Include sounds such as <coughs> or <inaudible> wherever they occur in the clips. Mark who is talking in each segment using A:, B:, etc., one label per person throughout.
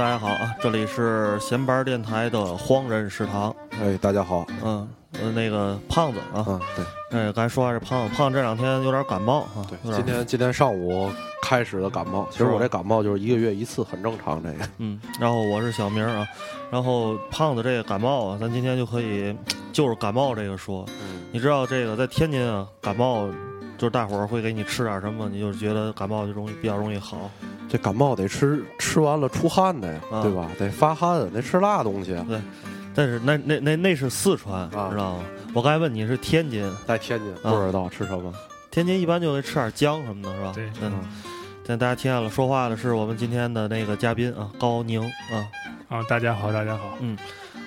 A: 啊这里是闲班电台的荒人食堂。
B: 哎，大家好，
A: 嗯，呃那个胖子啊，
B: 嗯，对
A: 哎，刚才说还是胖子，胖子这两天有点感冒啊，
B: 对，
A: 有点
B: 今天今天上午开始的感冒，其
A: 是
B: 实
A: 吧
B: 我这感冒就是一个月一次，很正常。这个
A: 嗯，然后我是小明啊，然后胖子这个感冒啊，咱今天就可以就是感冒这个说，
B: 嗯
A: 你知道这个在天津啊，感冒就是大伙儿会给你吃点什么，你就觉得感冒就容易比较容易好，
B: 这感冒得吃，吃完了出汗的呀，
A: 啊
B: 对吧？得发汗，得吃辣东西啊。
A: 但是那那那那是四川，
B: 啊
A: 知道吗？我刚才问你是天津，
B: 在天津不知道吃什么，
A: 天津一般就会吃点姜什么的，是吧？
C: 对
A: 嗯。但大家听见了，说话的是我们今天的那个嘉宾啊，高宁啊，
C: 啊，大家好，大家好，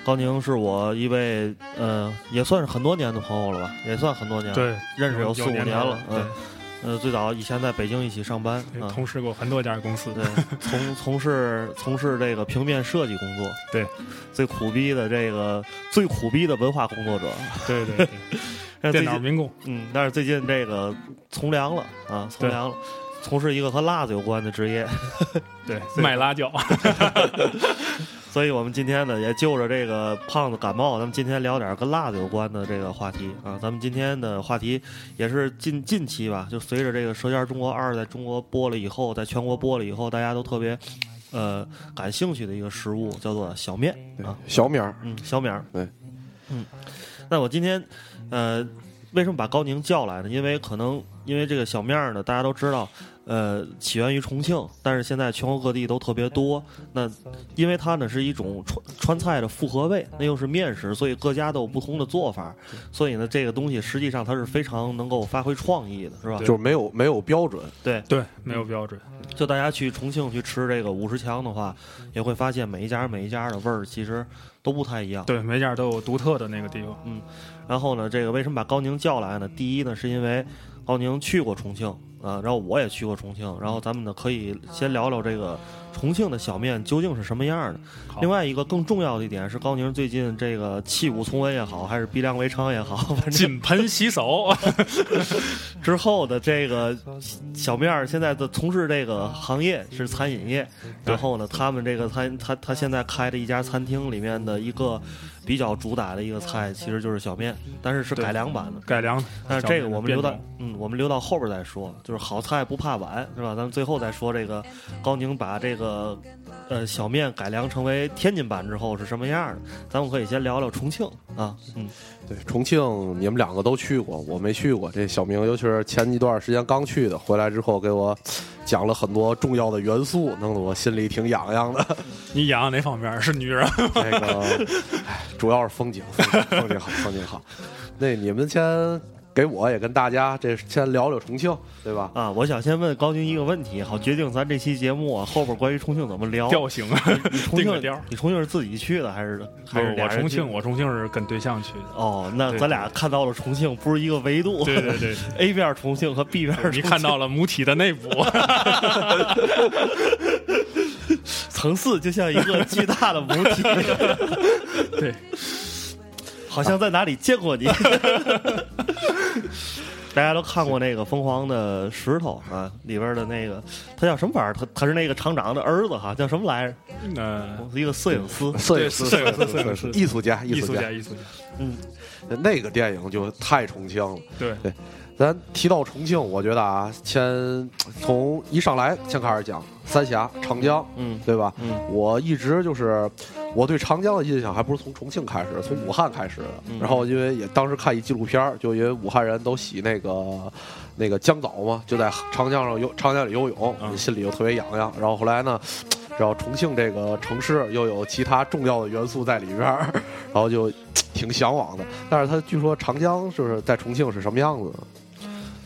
A: 高宁是我一位呃，也算是很多年的朋友了吧，也算很多年了，
C: 对，
A: 嗯认识有四五
C: 年
A: 年
C: 头
A: 了，嗯，呃，最早以前在北京一起上班
C: 对，
A: 啊，
C: 同事过很多家公司，
A: 对，从从事从事这个平面设计工作，
C: 对，
A: 最苦逼的这个最苦逼的文化工作者，
C: <laughs> 对
A: <laughs>
C: 对对，
A: 但是
C: 电
A: 最
C: 脑
A: 近
C: 民工，
A: 嗯，但是最近这个从良了啊，从
C: 对
A: 良了，从事一个和辣子有关的职业，
C: 对， <laughs> 卖辣
A: <laughs>
C: 椒，
A: 所以我们今天呢，也就着这个胖子感冒，咱们今天聊点跟辣子有关的这个话题啊。咱们今天的话题也是近近期吧，就随着这个《舌尖中国二》在中国播了以后，在全国播了以后，大家都特别呃感兴趣的一个食物，叫做小面
B: 对
A: 啊，
B: 小米儿
A: 嗯，小面儿。
B: 对，
A: 嗯，那我今天呃为什么把高宁叫来呢？因为可能因为这个小面儿呢，大家都知道。呃，起源于重庆，但是现在全国各地都特别多。那因为它呢是一种川川菜的复合味，那又是面食，所以各家都有不同的做法。所以呢，这个东西实际上它是非常能够发挥创意的，是吧
C: 对？
B: 就是没有没有标准，
A: 对，
C: 对，没有标准，
A: 就大家去重庆去吃这个五十强的话，也会发现每一家每一家的味儿其实都不太一样。
C: 对，每家都有独特的那个地
A: <laughs>
C: 方，
A: 然后呢，这个为什么把高宁叫来呢？第一呢，是因为高宁去过重庆啊，然后我也去过重庆，然后咱们呢可以先聊聊这个重庆的小面究竟是什么样的。
C: 好
A: 另外一个更重要的一点是，高宁最近这个弃武从文也好，还是逼良为娼也好， <laughs> 反正
C: 锦盆洗手，
A: <laughs> 之后的这个小面儿现在的从事这个行业是餐饮业，然后呢，他们这个餐他他现在开的一家餐厅里面的一个比较主打的一个菜其实就是小面，但是是
C: 对
A: 改良版的。
C: 改良啊的，
A: 但是这个我们留到
C: 变动
A: 嗯，我们留到后边再说，就是好菜不怕晚，是吧？咱们最后再说这个高宁把这个呃小面改良成为天津版之后是什么样的，咱们可以先聊聊重庆啊，嗯，
B: 对，重庆你们两个都去过，我没去过。这小明，尤其是前一段时间刚去的，回来之后给我讲了很多重要的元素，弄得我心里挺痒痒的。
C: 你养哪方面是女人？啊
B: <laughs> 那个，哎主要是风景，风景风景好，风景好。那你们先给我也跟大家这先聊聊重庆，对吧？
A: 啊，我想先问高宁一个问题，好决定咱这期节目、啊、后边关于重庆怎么聊。
C: 调性，
A: 你重
C: <laughs> 定个
A: 庆
C: 啊调儿，
A: 你重庆是自己去的还是还是
C: 我
A: 俩人
C: 重
A: 去
C: 庆，？我重庆是跟对象去
A: <laughs>
C: 的，
A: 哦，那
C: 对
A: 咱俩看到了重庆不是一个维度。<laughs>
C: 对对对，
A: A 面儿重庆和 B 面儿重
C: 你
A: 庆
C: 看到了母体的
A: <laughs>
C: 内部，
A: 层次就像一个巨大的母体，
C: 对，
A: 好像在哪里见过你。 <laughs> 大家都看过那个《疯狂的石头》啊，里边的那个他叫什么玩意儿？他他是那个厂长的儿子哈，叫什么来着？
C: 嗯，
A: 一个摄影师。
B: 摄影师，
C: 对摄影师摄影师
B: 艺术家，艺
C: 艺
B: 术
C: 术
B: 家
C: 家，，艺术家，
A: 嗯，
B: 那个电影就太重庆了。
C: 对，
B: 咱提到重庆，我觉得啊，先从一上来先开始讲三峡、长江，
A: 嗯
B: 对吧？
A: 嗯
B: 我一直就是我对长江的印象，还不是从重庆开始，从武汉开始的。
A: 嗯
B: 然后因为也当时看一纪录片儿，就因为武汉人都洗那个那个江澡嘛，就在长江上游长江里游泳，
C: 嗯
B: 心里就特别痒痒。然后后来呢，然后重庆这个城市又有其他重要的元素在里边儿，然后就挺向往的。但是他据说长江就是在重庆是什么样子呢？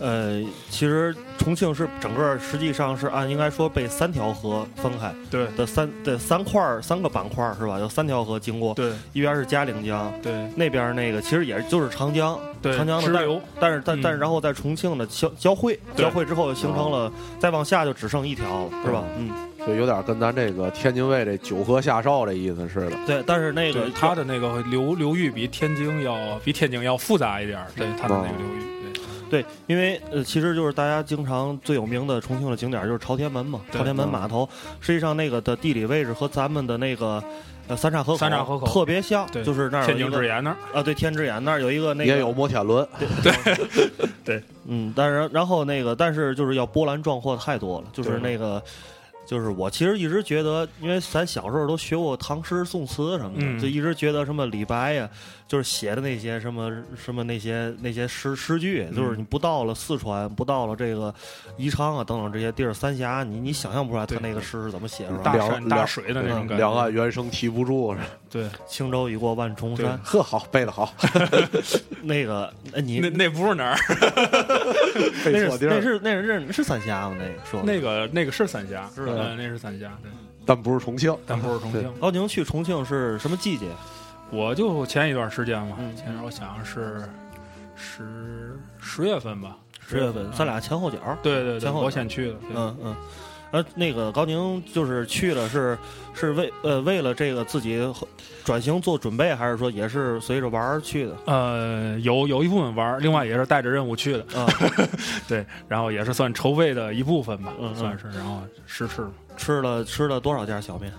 A: 呃，其实重庆是整个实际上是按应该说被三条河分开
C: 对
A: 的三的三块儿三个板块儿是吧？有三条河经过，
C: 对
A: 一边是嘉陵江，
C: 对
A: 那边那个其实也就是长江，
C: 对，
A: 长江的
C: 支
A: 带
C: 流，
A: 但是但
C: 嗯
A: 但是然后在重庆的交交汇，
C: 对哦
A: 交汇之后形成了，再往下就只剩一条了，是吧？嗯，
B: 就有点跟咱这个天津卫这九河下梢这意思似的。
A: 对。但是那个
C: 对，它的那个流流域比天津要比天津要复杂一点儿，对它的那个流域，对
A: 对，因为呃，其实就是大家经常最有名的重庆的景点就是朝天门嘛，
C: 对
A: 朝天门
B: 嗯
A: 码头，实际上那个的地理位置和咱们的那个呃三岔河口
C: 三岔河口
A: 特别像，
C: 对
A: 就是那儿有
C: 天
A: 一
C: 津
A: 个
C: 之眼那儿，
A: 啊，对，天之眼那儿有一个那个
B: 也有摩天轮，
A: 嗯，但是然后那个，但是就是要波澜壮阔太多了，就是
B: 对
A: 那个，就是我其实一直觉得，因为咱小时候都学过唐诗宋词什么的，
C: 嗯
A: 就一直觉得什么李白呀，就是写的那些什么什么那些那些诗诗句，就是你不到了四川，不到了这个宜昌啊等等这些地儿，三峡，你你想象不出来他
C: 对
A: 那个诗是怎么写出来
C: 大
A: 的。
B: 两
C: 山大水的那种感觉，
A: 嗯
B: 两岸猿声啼不住，
C: 对，
A: 轻舟已过万重
C: 对
A: 山，
B: <laughs> 呵，好背的好，
A: 那个，那你
C: 那那不是哪儿，
A: 那
B: 背
A: 是
B: 错
A: <laughs>
B: 地
A: 那
B: 儿，
A: 是那是那是三峡吗？那个说的
C: 那个那个是三峡，
A: 吧
C: 嗯那是三峡，对，
B: 但不是重庆。
C: 但不是重庆。
A: 高宁哦去重庆是什么季节？
C: 我就前一段时间嘛，
A: 嗯
C: 前一段我想是十十月份吧，
A: 十月份，
C: 嗯
A: 咱俩前后脚。
C: 对对对，
A: 前后
C: 我先去的，对
A: 嗯嗯，呃，那个高宁就是去了是，是为呃为了这个自己转型做准备，还是说也是随着玩儿去的
C: 呃，有有一部分玩儿，另外也是带着任
A: <laughs>
C: 务去的，
A: 啊？
C: 对，然后也是算筹备的一部分吧，
A: 嗯嗯
C: 算是，然后实吃嘛。
A: 吃了吃了多少家小面？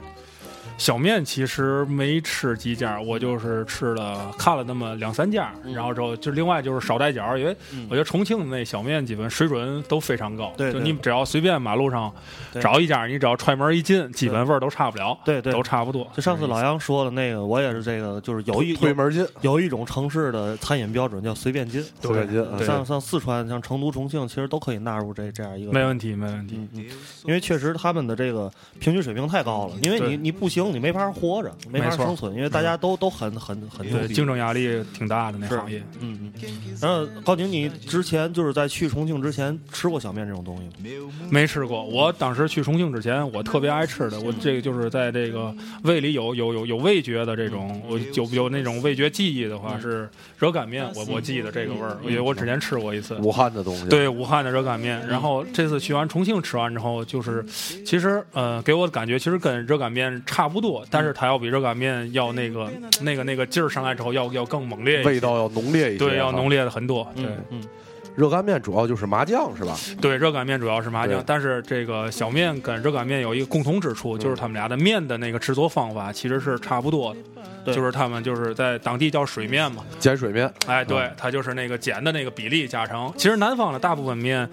C: 小面其实没吃几家，我就是吃了看了那么两三家，
A: 嗯
C: 然后之后就另外就是少带脚，因为
A: 嗯
C: 我觉得重庆的那小面基本水准都非常高，
A: 对
C: 就
A: 对
C: 你只要随便马路上
A: 对
C: 找一家，你只要踹门一进，基本味儿都差不了，
A: 对对
C: 都，差不多。
A: 就上次老杨说的那个，我也是这个，就是有一
B: 推
A: 有
B: 门进，
A: 有一种城市的餐饮标准叫随便进，
B: 推门进，嗯
C: 对
A: 像像四川、像成都、重庆，其实都可以纳入这这样一个
C: 没问题，没问题。
A: 嗯，嗯，因为确实他们的这个平均水平太高了，因为
C: 对
A: 你你不行，你没法活着，没法
C: 没错
A: 生存，因为大家都都很很很牛
C: 对，
A: 逼。
C: 竞争压力挺大的那
A: 是
C: 行业，
A: 嗯嗯。然后高宁，你之前就是在去重庆之前吃过小面这种东西吗？
C: 没吃过。我当时去重庆之前，我特别爱吃的，我这个就是在这个胃里有有有有味觉的这种，我有有那种味觉记忆的话是热干面，我我记得这个味儿，我觉得我之前吃过一次。
B: 武汉的东西，
C: 对武汉的热干面，然后这次去完重庆吃完之后，就是其实呃给我的感觉其实跟热干面差不多，但是它要比热干面要那个那个那个劲儿上来之后要要更猛烈一些，
B: 味道要浓烈一些，
C: 对要
B: 哈
C: 浓。烈的很多，对。
A: 嗯嗯
B: 热干面主要就是麻酱是吧？
C: 对，热干面主要是麻酱
B: 对，
C: 但是这个小面跟热干面有一个共同之处，
A: 嗯
C: 就是他们俩的面的那个制作方法其实是差不多的，
A: 对
C: 就是他们就是在当地叫水面嘛，
B: 碱水面，
C: 哎，
A: 嗯
C: 对，它就是那个碱的那个比例加成。其实南方的大部分面，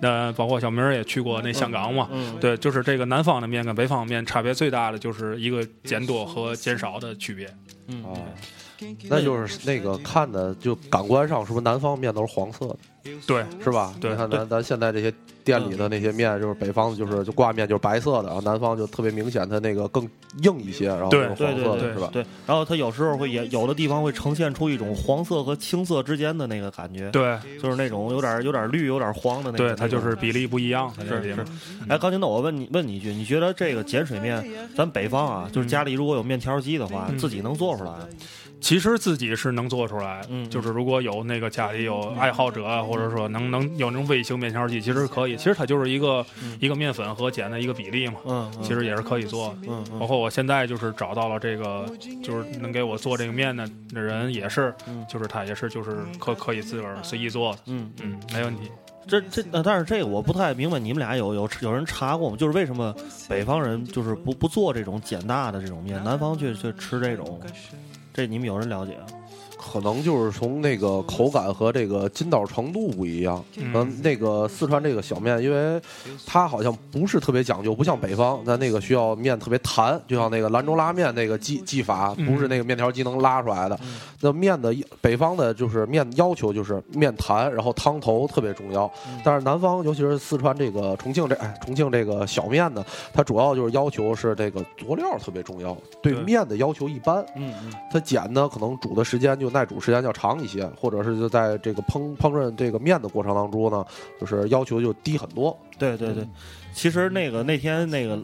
C: 呃，包括小明儿也去过那香港嘛。
A: 嗯，
C: 对，就是这个南方的面跟北方的面差别最大的就是一个碱多和碱少的区别。
A: 嗯
B: 哦，那就是那个看的就感官上是不是南方面都是黄色的，
C: 对，
B: 是吧？
C: 对
B: 你看
A: 对嗯
B: 咱咱现在这些店里的那些面，就是北方的就是就挂面就是白色的，然后南方就特别明显，它那个更硬一些，然后
C: 对
B: 就是
A: 对
B: 黄色
A: 对
B: 的
A: 对
B: 是吧？
A: 对，然后它有时候会也有的地方会呈现出一种黄色和青色之间的那个感觉，
C: 对，
A: 就是那种有点有点绿、有点黄的那个。
C: 对，它就是比例不一样。它这
A: 是
C: 个地
A: 是
C: 方。
A: 哎，高宁，那我问你问你一句，你觉得这个碱水面，咱北方啊，就是家里如果有面条机的话，
C: 嗯
A: 自己能做出来啊吗？
C: 其实自己是能做出来，
A: 嗯
C: 就是如果有那个家里有爱好者啊，或者说能能有那种微型面条机，其实是可以。其实它就是一个、
A: 嗯
C: 一个面粉和碱的一个比例嘛，
A: 嗯，嗯
C: 其实也是可以做的。
A: 嗯
C: 包
A: 嗯
C: 括我现在就是找到了这个，就是能给我做这个面的的人，也是
A: 嗯，
C: 就是他也是就是可可以自个儿随意做的，
A: 嗯，
C: 嗯，没问题。
A: 这这，呃但是这个我不太明白，你们俩有有有人查过吗？就是为什么北方人就是不不做这种碱大的这种面，南方却却吃这种，这你们有人了解啊？
B: 可能就是从那个口感和这个筋道程度不一样。嗯，
C: 嗯，
B: 那个四川这个小面，因为它好像不是特别讲究，不像北方，咱那个需要面特别弹，就像那个兰州拉面那个技技法，
C: 嗯
B: 不是那个面条机能拉出来的
A: 嗯。
B: 那面的北方的就是面要求就是面弹，然后汤头特别重要
A: 嗯。
B: 但是南方，尤其是四川这个重庆这哎重庆这个小面呢，它主要就是要求是这个佐料特别重要，对
C: 对
B: 面的要求一般。
A: 嗯嗯
B: 它碱呢，可能煮的时间就耐煮时间要长一些，或者是就在这个烹烹饪这个面的过程当中呢，就是要求就低很多。
A: 对对
C: 嗯
A: 对，其实那个那天那个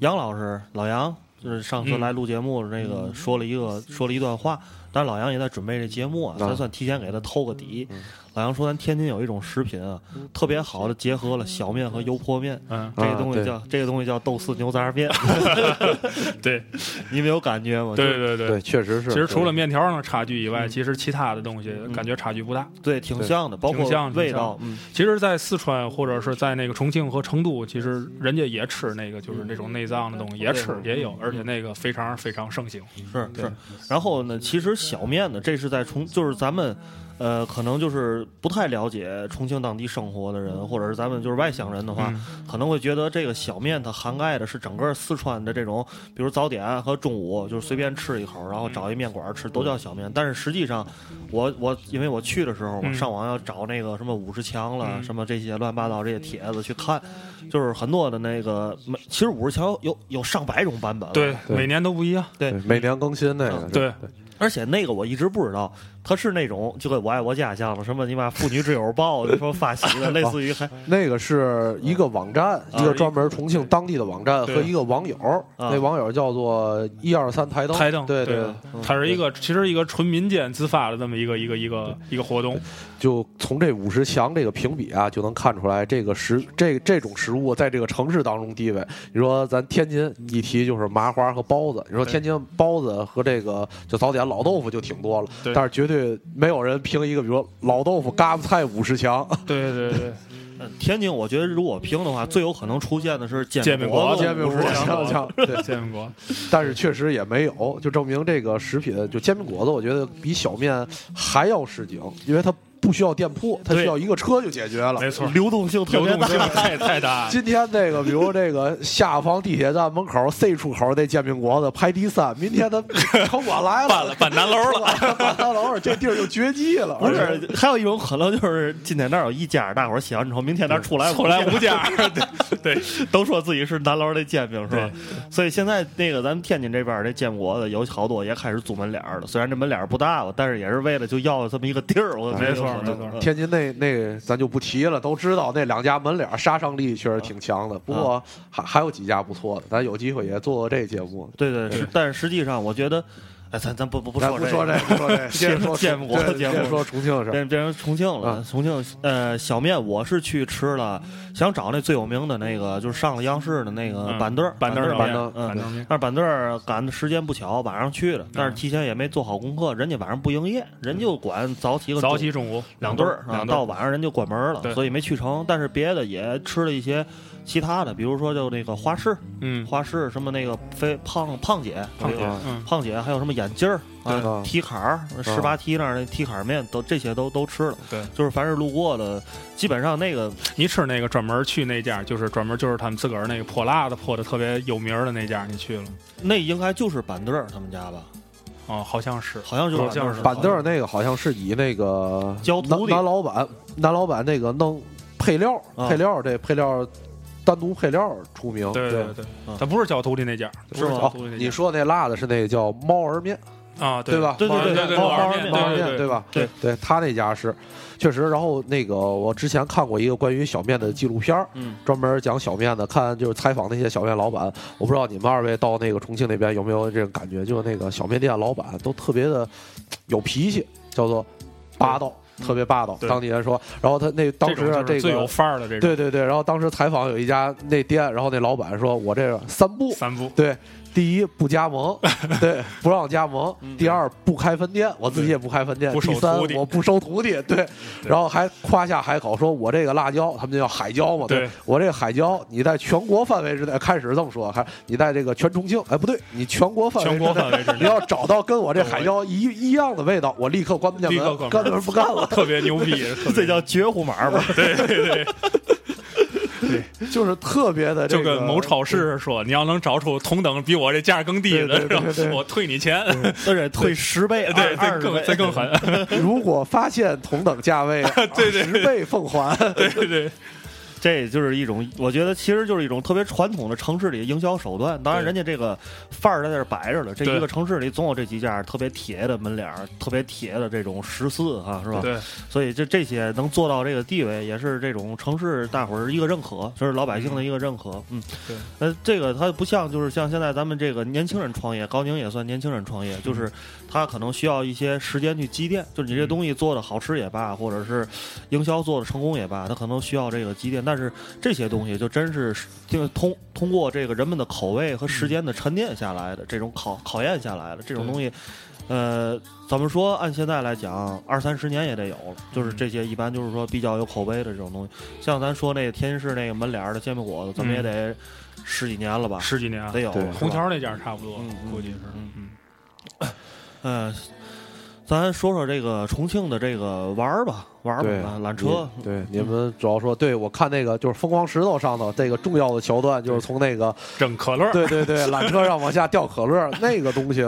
A: 杨老师老杨就是上次
C: 嗯
A: 来录节目，那个说了一个、说了一段话，但是老杨也在准备这节目啊，
C: 嗯
B: 啊
A: 咱算提前给他透个底。
B: 嗯
A: 老杨说，咱天津有一种食品啊，特别好的结合了小面和油泼面，
C: 嗯，
A: 这个东西
B: 对
A: 叫、这个东西叫豆豉牛杂面， <laughs>
C: 嗯对
A: 你们有感觉吗？
C: 对
A: 就
C: 对对。
B: 对，确实是。
C: 其
B: 对
C: 实除了面条上的差距以
A: 嗯
C: 外，其实其他的东西感觉差距不大。
A: 对，挺像的，包括
C: 挺像挺
A: 味道，嗯，
C: 其实，在四川或者是在那个重庆和成都，其实人家也吃那个，就是那种内脏的东西，也吃也有，而且那个非常非常盛行。
A: 是是。然后呢，其实小面呢，这是在重，就是咱们。呃，可能就是不太了解重庆当地生活的人，或者是咱们就是外乡人的话，
C: 嗯
A: 可能会觉得这个小面它涵盖的是整个四川的这种，比如早点和中午就是随便吃一口，然后找一面馆吃，都叫小面。但是实际上，我我因为我去的时候，我
C: 嗯
A: 上网要找那个什么五十强了，
C: 嗯
A: 什么这些乱七八糟这些帖子去看，就是很多的那个，没其实五十强有有上百种版本，
C: 对，
B: 对
C: 每年都不一样。
A: 对
B: 对每年更新那个，
C: 嗯对，
A: 而且那个我一直不知道，它是那种就跟我爱我家乡了，什么你妈妇女之友报，什么发起的，类似于还
B: 那个是一个网站，
A: 啊
B: 一个专门重庆当地的网站
C: 对啊
B: 和一个网友，那网友叫做一二三台灯，
C: 台灯
B: 对
C: 对嗯
B: 对，
C: 它是一个其实一个纯民间自发的这么一个一个一个一个活动。
B: 就从这五十强这个评比啊，就能看出来这个食这这种食物在这个城市当中地位。你说咱天津一提就是麻花和包子，你说
C: 对
B: 天津包子和这个就早点老豆腐就挺多了
C: 对，嗯
B: 但是绝对没有人评一个，比如说老豆腐嘎巴菜五十强，
C: 对对对
A: 呃天津，我觉得如果拼的话，最有可能出现的是
C: 煎
A: 煎
C: 饼
A: 果
C: 果
A: 子
C: 子
B: 煎饼
A: 五十
B: 果
A: 强
B: 子
C: 强
B: 强，对
C: 对，煎饼果
B: 但是确实也没有，就证明这个食品就煎饼果子，我觉得比小面还要市井，因为它不需要店铺，它
A: 对
B: 需要一个车就解决了。
C: 没错，
A: 流动性特
C: 流
A: 别
C: 动
A: 大。
C: 性太太大了。
B: 今天这个，比如这个下方地铁站门口 C 出口那煎饼果子排第三，明天他城管
C: <laughs>
B: 来了 <laughs>
C: 搬了，搬南楼了，
B: 搬大楼，这地儿就绝迹了。
A: 不是，还有一种可能就是今天那儿有一家，大伙儿写完之后，明天那儿出来
C: 后来
A: 家
C: 五家，对对，
A: <laughs> 都说自己是南楼的煎饼是吧
C: 对？
A: 所以现在那个咱们天津这边儿这建国的有好多也开始租门脸儿了，虽然这门脸儿不大吧，但是也是为了就要这么一个地儿，我觉得
C: 没错
A: 有可能
C: 没错
B: 天津那那咱就不提了，都知道那两家门脸儿杀伤力确实挺强的。不过还还有几家不错的，咱有机会也做做这节目。
A: 对对是，但是实际上我觉得，哎，咱咱不不不
B: 咱
A: 说
B: 不
A: 个
B: 说这，不说
A: <laughs>
B: 这，接着说
A: 见不过
B: 对
A: 见
B: 接
A: 不过
B: 着说重庆的事儿。
A: 变变成重庆了。
B: 啊
A: 重庆呃，小面我是去吃了，想找那最有名的那个，就是上了央视的那个
C: 嗯
A: 板凳儿、
C: 板凳
A: 凳
C: 儿
A: 儿
B: 板
A: 面
B: 凳儿
A: 嗯
C: 板凳面
A: 但是板凳儿赶的时间不巧，晚上去的，但是
C: 嗯
A: 提前也没做好功课，人家晚上不营业，人就管早起和
C: 早
A: 中
C: 起中午
A: 两顿儿啊，
C: 两
A: 到
C: 顿
A: 晚上人就关门了
C: 对，
A: 所以没去成。但是别的也吃了一些其他的，比如说就那个花市，
C: 嗯，
A: 花市什么那个非胖胖姐，
C: 胖姐，
A: 那个
C: 嗯，
A: 胖姐还有什么眼镜儿
B: 对
A: 啊
B: 啊、
A: 踢坎儿、十八梯那儿那踢坎儿面都这些都都吃了。
C: 对，
A: 就是凡是路过的，基本上那个
C: 你吃那个专门去那家，就是专门就是他们自个儿那个泼辣子泼的特别有名儿的那家，你去了吗
A: 那应该就是板凳儿他们家吧，
C: 哦，好像是，
A: 好像就是
C: 好像是
B: 板凳儿那个好像是以那个
A: 教
B: 男
A: 徒弟
B: 男老板男老板那个弄配料
A: 啊
B: 配料这配料单独配料出名。
C: 对
B: 对
C: 对
A: 嗯，
C: 他不是教徒弟那家，不
A: 是吗
C: 教
B: 哦
C: 徒弟，那家
B: 你说那辣的是那个叫猫儿面，
C: 啊，
B: 吧？
A: 对对
B: 猫儿
A: 对
B: 面
A: 对对
B: 猫
A: 猫儿
B: 儿
A: 面
B: 猫儿
A: 对
C: 对
B: 面，
C: 对
B: 吧？
A: 对，
B: 对他那家是确实。然后那个我之前看过一个关于小面的纪录片儿，
A: 嗯，
B: 专门讲小面的，看就是采访那些小面老板。我不知道你们二位到那个重庆那边有没有这种感觉，就是那个小面店老板都特别的有脾气，叫做霸道，特别霸道。
C: 嗯对
B: 当地人说，然后他那当时
C: 这种
B: 啊
C: 就是
B: 这
C: 最有
B: 个。
C: 范儿的这种，
B: 对对对，然后当时采访有一家那店，然后那老板说：“我这个三不，
C: 三步，
B: 对，第一不加
C: <laughs>
B: 盟，对，不让加盟；第二不开分店，我自己也不开分店；
C: 嗯不收
B: 第三
C: 徒弟
B: 我不收徒
C: <laughs>
B: 弟，对。然后还夸下海口，说我这个辣椒，他们就叫海椒嘛，
C: 对
B: 我这个海椒，你在全国范围之内开始这么说，还你在这个全重庆，哎，不对，你全国范围之内
C: 全国范围之内
B: <laughs> 你要找到跟我这海椒一一样的味道，我立刻关门店
C: 立刻
B: 门，
C: 关门
B: 门不干
C: <laughs>
B: 了。
C: 特别牛逼，
B: <laughs>
C: 特别
A: 这叫绝户码
C: <laughs>
A: 吧？
B: 就是特别的、这
C: 就
B: 个，
C: 跟某超市说，你要能找出同等比我这价更低
B: 对
C: 的，
B: 对对
C: 是吧
B: 对
C: <laughs>
B: 嗯
C: 我退你钱，
A: 而且退十倍，
C: 对，
A: 二
C: 这
A: 十
C: 更
A: 倍
C: 这更狠， <laughs>
B: 如果发现同等价位，
C: 对对
B: 十倍奉还。
C: 对对，
A: 这就是一种，我觉得其实就是一种特别传统的城市里的营销手段。当然，
C: 对
A: 人家这个范儿在这儿摆着了，这
C: 对
A: 一个城市里总有这几家特别铁的门脸儿，特别铁的这种十四啊，是吧？
C: 对，
A: 所以这这些能做到这个地位，也是这种城市大伙儿一个认可，这是老百姓的一个认可。嗯，
C: 对。
A: 呃，这个它不像就是像现在咱们这个年轻人创业，高宁也算年轻人创业，就是他可能需要一些时间去积淀，就是你这东西做的好吃也罢，或者是营销做的成功也罢，他可能需要这个积淀。但是这些东西就真是就是通通过这个人们的口味和时间的沉淀下来的，这种考考验下来的这种
C: 对
A: 东西，呃，怎么说？按现在来讲，二三十年也得有了。就是这些一般就是说比较有口碑的这种东西，像咱说那个天津市那个门脸儿的煎饼果子，怎么也得十几年了吧？
C: 十几年
A: 得有
B: 对
A: 了
C: 虹桥那家差不多
A: 嗯嗯，
C: 估计是，
A: 嗯
C: 嗯，
A: 呃，咱说说这个重庆的这个玩儿吧，玩儿吧
B: 对，
A: 缆车。
B: 你对你们主要说，对我看那个就是《疯狂石头》上头这个重要的桥段，就是从那个
C: 整可乐，
B: 对对对缆车上往下掉可乐，那个东西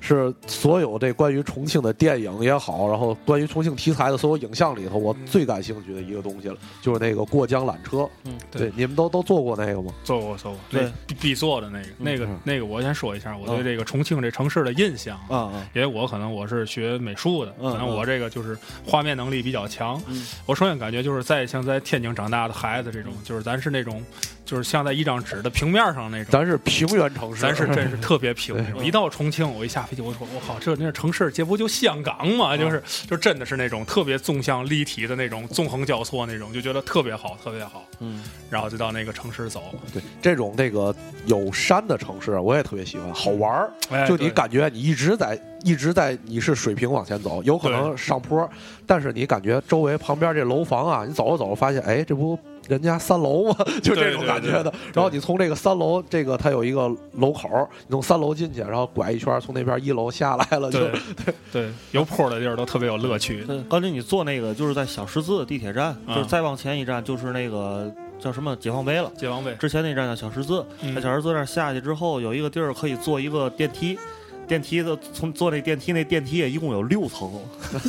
B: 是所有这关于重庆的电影也好，然后关于重庆题材的所有影像里头，我最感兴趣的一个东西了，就是那个过江缆车。
A: 嗯，
B: 对，你们都都坐过那个吗？
C: 做过做过，
A: 对
C: 那必必做的那个那个
B: 嗯
C: 那个，我先说一下我对
A: 嗯
C: 这个重庆这城市的印象啊。
A: 啊啊，
C: 因为我可能我是学美术的，
A: 嗯
C: 可能我这个就是画面能力比较强。
A: 嗯
C: 我首先感觉就是在像在天津长大的孩子这种，就是咱是那种，就是像在一张纸的平面上那种。
B: 咱是平原城市，
C: 咱是真是特别平
B: 对
C: 那种，一到重庆，我一下飞机，我说我靠，这那城市这不就香港吗？就是就真的是那种特别纵向立体的那种纵横交错那种，就觉得特别好，特别好。
A: 嗯，
C: 然后就到那个城市走，
B: 对这种那个有山的城市，我也特别喜欢，好玩儿。
C: 哎
B: 就你
C: 对
B: 感觉你一直在一直在你是水平往前走，有可能上坡，但是你感觉周围旁边这楼房啊，你走着走着发现，哎，这不人家三楼吗？ <laughs> 就这种感觉的。然后你从这个三楼，这个它有一个楼口，你从三楼进去，然后拐一圈，从那边一楼下
A: <laughs>
B: 来了，就
C: <laughs> 对对，有坡的地儿都特别有乐趣。
A: 对呃刚才你坐那个就是在小十字地铁站，
C: 嗯
A: 就是再往前一站就是那个叫什么解放碑了。
C: 解放碑，
A: 之前那站叫小十字，
C: 嗯
A: 在小十字那儿下去之后，有一个地儿可以坐一个电梯，电梯的从坐那电梯，那电梯也一共有六层， <laughs>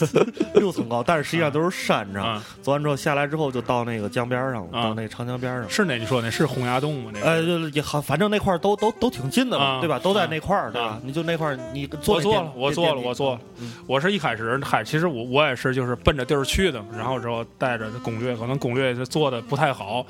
A: 六层高，但是实际上都是山，你知道吗？
C: 啊，
A: 坐完之后下来之后就到那个江边儿上了，
C: 啊
A: 到那个长江边儿上。
C: 是那你说那是洪崖洞吗？那个
A: 呃，就是也好，反正那块儿都都都挺近的嘛，
C: 啊
A: 对吧？都在那块儿，对吧
C: 啊？
A: 你就那块儿，你坐
C: 我
A: 那
C: 做
A: 电
C: 了，我做了，我做了。。
A: 嗯
C: 我是一开始，嗨，其实我我也是就是奔着地儿去的，然后之后带着攻略，可能攻略就做的不太好，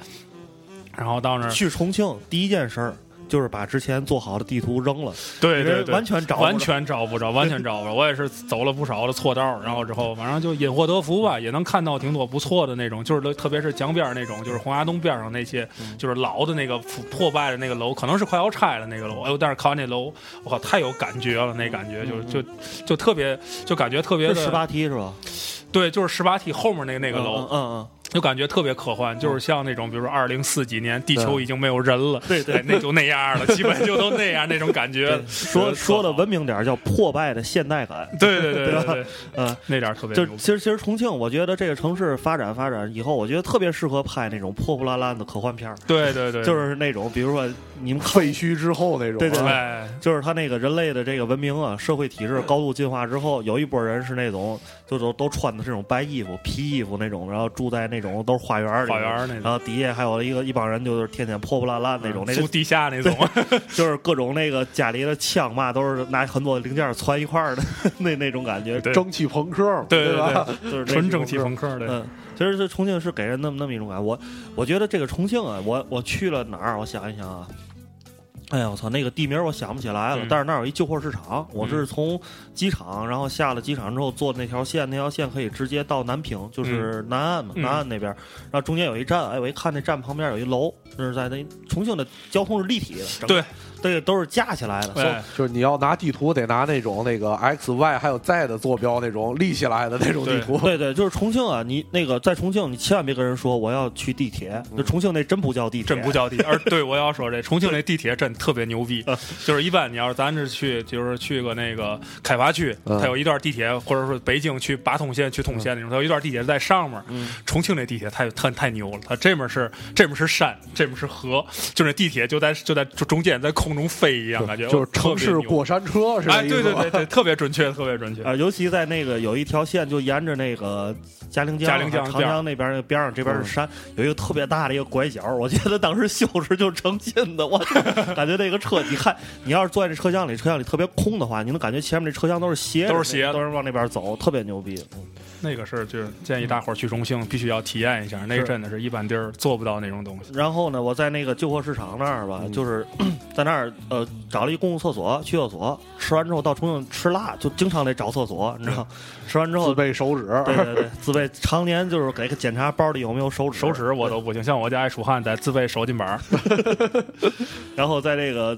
C: 然后到那
A: 电梯去
C: 儿，
A: 重庆第一件事儿就是把之前做好的地图扔了，
C: 对对
A: 人
C: 对，
A: 完全找不着
C: 完全找不着，完全找不
A: <laughs>
C: 着。我也是走了不少的错道儿，然后之后反正就因祸得福吧，也能看到挺多不错的那种，就是特别是江边儿那种，就是洪崖洞边儿上那些，
A: 嗯
C: 就是老的那个破破败的那个楼，可能是快要拆了那个楼。哎呦，但是看完那楼，我靠，太有感觉了，那感觉就就就特别，就感觉特别
A: 嗯是
C: 的
A: 十八梯是吧？
C: 对，就是十八梯后面那个那个楼
A: 嗯，嗯
C: 就感觉特别科幻，就是像那种，比如说二零四几年地球已经没有人了，
A: 对对
C: 哎那就那样了，基本就都那样那种感觉
A: 嗯，。说说的文明点儿叫破败的现代 <laughs> 感，
C: 对对对对对，
A: 嗯。
C: 那点儿特别
A: 就
C: 牛逼
A: 其实其实重庆，我觉得这个城市发展发展以后，我觉得特别适合拍那种破破烂烂的科幻片儿，
C: 对对对，
A: 就是嗯那种比如说你们看
B: 废墟之后那种。啊
A: 对对
C: 哎，
A: 就是他那个人类的这个文明啊，社会体制高度进化之后，有一波人是那种就都都穿的这种白衣服、皮衣服那种，然后住在那种都是花园里，
C: 花园儿那种
A: 然后底下还有一个一帮人就是天天破破烂烂嗯那种，那
C: 住
A: 个
C: 地下那种，
A: 就是各种那个家里的枪嘛，都是拿很多零件攒一块儿的 <laughs> 那那种感觉，
C: <laughs> 对
B: 蒸汽朋克嘛，
C: 对对
B: 吧？
C: 对，
A: 就是那
C: 纯
A: 种
C: 蒸汽朋克的，
A: 嗯，其实这重庆是给人那么那么一种感觉。我我觉得这个重庆啊，我我去了哪儿？我想一想啊，哎呀，我操，那个地名我想不起来了。
C: 嗯
A: 但是那儿有一旧货市场，我是从机场，然后下了机场之后坐那条线，那条线可以直接到南平，就是南岸嘛，
C: 嗯
A: 南岸那边。然后中间有一站，哎，我一看那站旁边有一楼，那是在那重庆的交通是立体的，整个
C: 对，
A: 对，都是架起来的。所以
C: 哎，
B: <laughs> 就是你要拿地图，得拿那种那个 x y 还有 z 的坐标那种立起来的那种地图。
A: 对对，就是重庆啊，你那个在重庆，你千万别跟人说我要去地铁，就重庆那真不叫地铁，
C: 嗯真不
A: <laughs>
C: 叫地铁。而对我要说这重庆那地铁真特别牛逼，
A: 嗯
C: 就是一般你要是咱这去，就是去个那个开发区，
B: 嗯
C: 它有一段地铁，或者说北京去八通线、去通县
A: 嗯
C: 那种，它有一段地铁在上面。重庆那地铁太太太牛了，它这面是这面是山，这面是河，就那地铁就在就在中中间在空空中飞一样，感觉
B: <laughs> 就是
C: 特别
B: 城市
C: 牛
B: 过山车是吧？
C: 哎，对对对对，特别准确，特别准确。 <laughs>
A: 啊，尤其在那个有一条线，就沿着那个嘉陵江、啊
C: 嘉陵江嗯
A: 长江那边那个边上，这边是山，有一个特别大的一个拐角。我觉得当时秀是就成劲的，我 <laughs> 感觉那个车，你看，你要是坐在这车厢里，车厢里特别空的话，你能感觉前面这车厢都是斜着，
C: 都是斜的
A: 都是往那边走，特别牛逼。
C: 那个是就是建议大伙儿去重庆必须要体验一下，那个
A: 是
C: 真的是一般地儿做不到那种东西。
A: 然后呢，我在那个旧货市场那儿吧，
B: 嗯
A: 就是 <clears throat> 在那儿呃找了一公共厕所，去厕所，吃完之后到重庆吃辣，就经常得找厕所，你知道？吃完之
B: 自
A: 后。
B: 备手指，
A: 哦 <laughs> 对对对，自备常年就是给检查包里有没有手指，
C: 手指我
A: 对
C: 都不行，像我家爱出汗，得自备手巾板儿。
A: 然后在这个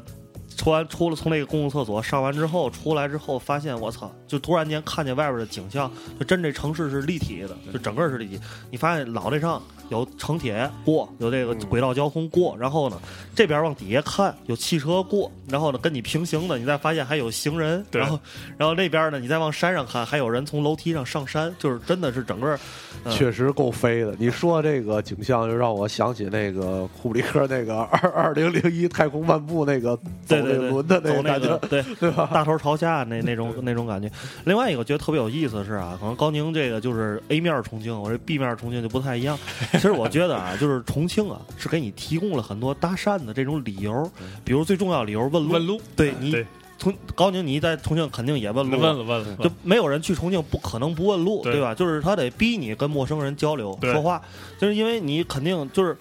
A: 出完出了从那个公共厕所上完之后，出来之后发现我操，就突然间看见外边的景象，就真这城市是立体的，
C: 嗯
A: 就整个是立体。你发现脑袋上有城铁过，有这个
B: 嗯
A: 轨道交通过，然后呢这边往底下看有汽车过，然后呢跟你平行的，你再发现还有行人，
C: 对
A: 然后然后那边呢你再往山上看，还有人从楼梯上上山，就是真的是整个嗯
B: 确实够飞的。你说这个景象，就让我想起那个库布里克那个二二零零一太空漫步那个走
A: 对对对
B: 那
C: <laughs>
B: 轮的
A: 走
B: 个
A: 那
B: 感
A: 个
B: 觉，
A: 对
B: 对吧？
A: 大头朝下那那种那种感觉。另外一个觉得特别有意思的是啊，可能高宁这个就是 A 面重庆，我这 B 面重庆就不太
C: <laughs>
A: 一样。其实我觉得啊，就是重庆啊，是给你提供了很多搭讪的这种理由，比如最重要的理由问路。
C: 嗯问路，嗯
A: 对你
C: 对，
A: 从高宁，你在重庆肯定也问
C: 问
A: 路。啊
C: 了问了，
A: 就没有人去重庆不可能不问路，
C: 对
A: 对吧？就是他得逼你跟陌生人交流
C: 对
A: 说话，就是因为你肯定就是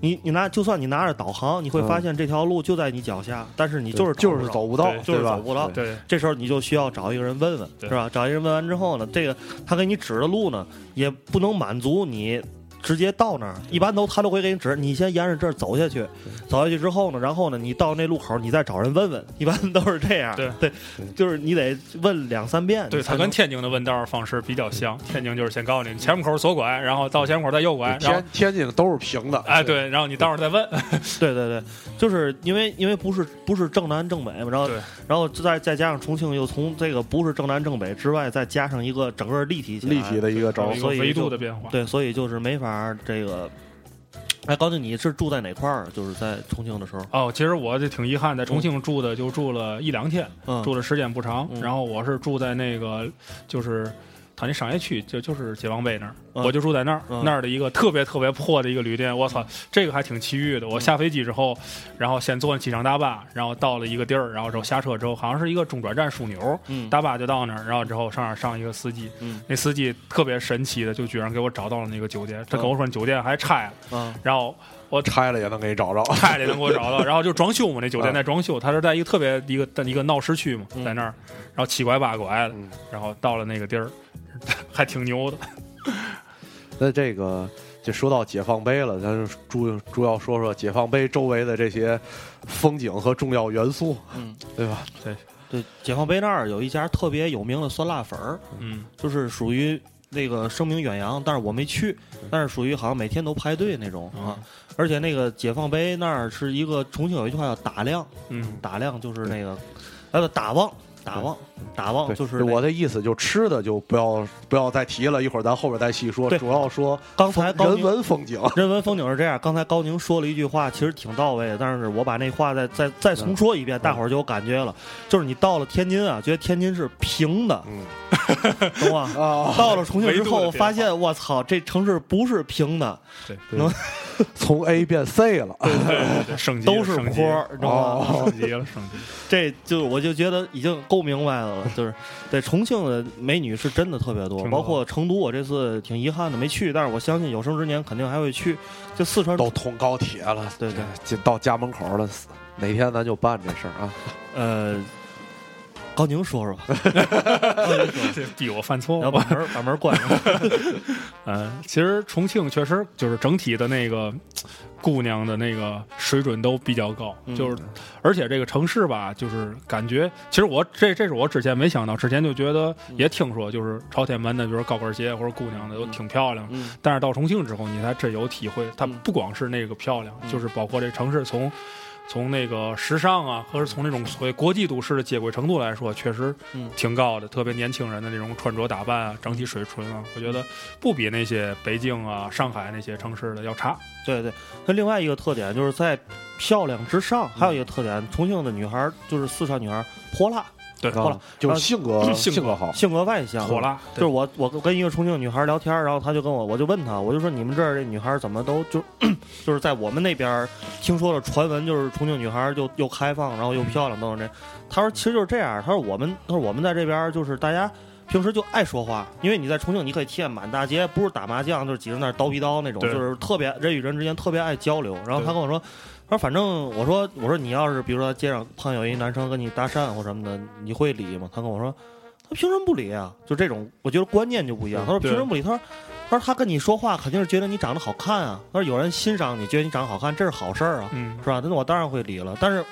A: 你你拿就算你拿着导航，你会
B: 嗯
A: 发现这条路就在你脚下，但是你就是
B: 就
A: 不
B: 是
A: 着
B: 走不到，
C: 对
A: 就是
B: 吧？
A: 走不到
C: <laughs> 对
A: 这时候你就需要找一个人问问，
C: 对
A: 是吧？找一个人问完之后呢，这个他给你指的路呢，也不能满足你直接到那儿，一般都他都会给你指，你先沿着这儿走下去，走下去之后呢，然后呢，你到那路口你再找人问问，一般都是这样，
C: 对
A: 就是你得问两三遍，
C: 对，
A: 你
C: 它
A: 才
C: 跟
A: 能。
C: 天津的问道方式比较像。天津就是先告诉你前门口左拐，然后到前门口再右拐，然后
B: 天天津都是平的，
C: 哎，对，然后你到时候再问，
A: 对对对，就是因为因为不是不是正南正北嘛，然后
C: 对
A: 然后再再加上重庆又从这个不是正南正北之外，再加上一个整个立体起来
B: 立体的一个招
A: 对
B: 儿。
C: 有一个
A: 所以
C: 维
A: 就
C: 度的变化。
A: 对，所以就是没法儿这个。哎，高静，你是住在哪块儿？啊就是在重庆的时候，
C: 哦，其实我就挺遗憾，在重庆住的就住了一两天，
A: 嗯，
C: 住的时间不长。
A: 嗯
C: 然后我是住在那个，就是它那商业区，就就是解放碑那儿，
A: 嗯
C: 我就住在那儿、
A: 嗯
C: 那儿的一个特别特别破的一个旅店。我操，这个还挺奇遇的。
A: 嗯
C: 我下飞机之后，然后先坐几张大巴，然后到了一个地儿，然后之后下车之后，好像是一个中转站枢纽，
A: 嗯，
C: 大巴就到那儿，然后之后上面上一个司机，
A: 嗯
C: 那司机特别神奇的，就居然给我找到了那个酒店。他
A: 嗯
C: 跟我说你酒店还拆了，
B: 嗯
A: 啊，
C: 然后
B: 拆了也能给你找着， <laughs>
C: <laughs> 太得能给我找到，然后就装修嘛，那酒店
B: 啊
C: 在装修，它是在一个特别一个一个闹市区嘛，
A: 嗯
C: 在那儿，然后七拐八拐的
B: 嗯，
C: 然后到了那个地儿， <laughs> 还挺牛的。
B: 那这个就说到解放碑了，咱就主主要说说解放碑周围的这些风景和重要元素，
A: 嗯，
B: 对吧？
A: 对，解放碑那儿有一家特别有名的酸辣粉儿，
C: 嗯，
A: 就是属于那个声名远扬，但是我没去，
B: 嗯
A: 但是属于好像每天都排队那种啊。而且那个解放碑那儿是一个重庆有一句话叫打量，
C: 嗯，
A: 打量就是那个，呃，不打旺，打旺，打旺
B: 对，
A: 哦就是那
B: 我的意思，就吃的就不要不要再提了，一会儿咱后边再细说，
A: 对
B: 主要说
A: 刚才高
B: 人
A: 宁
B: 文风景。
A: <laughs> 人文风景是这样，刚才高宁说了一句话，其实挺到位的，但是我把那话再再再重说
C: 嗯
A: 一遍，大伙儿就有感觉了。就是你到了天津啊，觉得天津是平的，
B: 嗯
A: 懂吗？
C: <laughs>
B: 啊，
A: 到了重庆之
C: 维
A: 后，
C: 度的变化
A: 发现我操，这城市不是平的，
B: 从 A 变 C 了，
C: 对
A: <laughs>
C: 对对，升级了
A: 都是
C: 升级
A: 坡
C: 了
A: 儿，你知道吗？
C: 升级了，升级了。
A: 这就我就觉得已经够明白了，就是对重庆的美女是真的特别多，
C: 挺多
A: 包括成都，我这次挺遗憾的没去，但是我相信有生之年肯定还会去。就四川，
B: 都通高铁了，
A: 对对，
B: 就到家门口了。哪天咱就办这事儿啊？
A: 呃，高宁说说吧， <laughs>
C: <laughs>
A: 高宁说说。
C: 这逼我犯错
A: 然后
C: 误
A: 把。门儿把门儿关上。
C: 嗯，其实重庆确实就是整体的那个姑娘的那个水准都比较高，
A: 嗯
C: 就是而且这个城市吧，就是感觉其实我这这是我之前没想到，之前就觉得也听说就是朝天门的，就是高跟鞋或者姑娘的都挺漂亮，
A: 嗯嗯
C: 但是到重庆之后，你才真有体会，它
A: 嗯
C: 不光是那个漂亮，
A: 嗯
C: 就是包括这城市从。从那个时尚啊，或者从那种所谓国际都市的接轨程度来说，确实
A: 嗯
C: 挺高的。特别年轻人的那种穿着打扮啊，整体水准啊，我觉
A: 嗯
C: 得不比那些北京啊、上海那些城市的要差。
A: 对对，它另外一个特点就是在漂亮之上，还有一个特点，重庆的女孩儿就是四川女孩儿泼辣，
C: 对，
A: 好了
B: 啊，就是性格
C: 性格
B: 性格好，
A: 性格外向，
C: 火。辣，
A: 嗯就是我，我跟一个重庆女孩儿聊天儿，然后她就跟我，我就问她，我就说你们这儿这女孩儿怎么都就 <clears throat> 就是在我们那边儿听说了传闻，就是重庆女孩儿就又开放，然后又漂亮等等这。她说其实就是这样，她说我们，她说我们在这边儿就是大家平时就爱说话，因为你在重庆你可以体验满大街，不是打麻将就是几个人在那儿叨逼叨那种，
C: 对
A: 就是特别人与人之间特别爱交流。然后她
C: 对
A: 跟我说。她说：“反正我说我说你要是比如说街上碰有一男生跟你搭讪或什么的，你会理吗？”她跟我说：“他凭什么不理啊？就这种，我觉得观念就不一样。他说
C: 对
A: 凭什么不理？他说，他说他跟你说话肯定是觉得你长得好看啊。他说有人欣赏你，觉得你长得好看，这是好事儿啊，
C: 嗯，
A: 是吧？那我当然会理了。但是，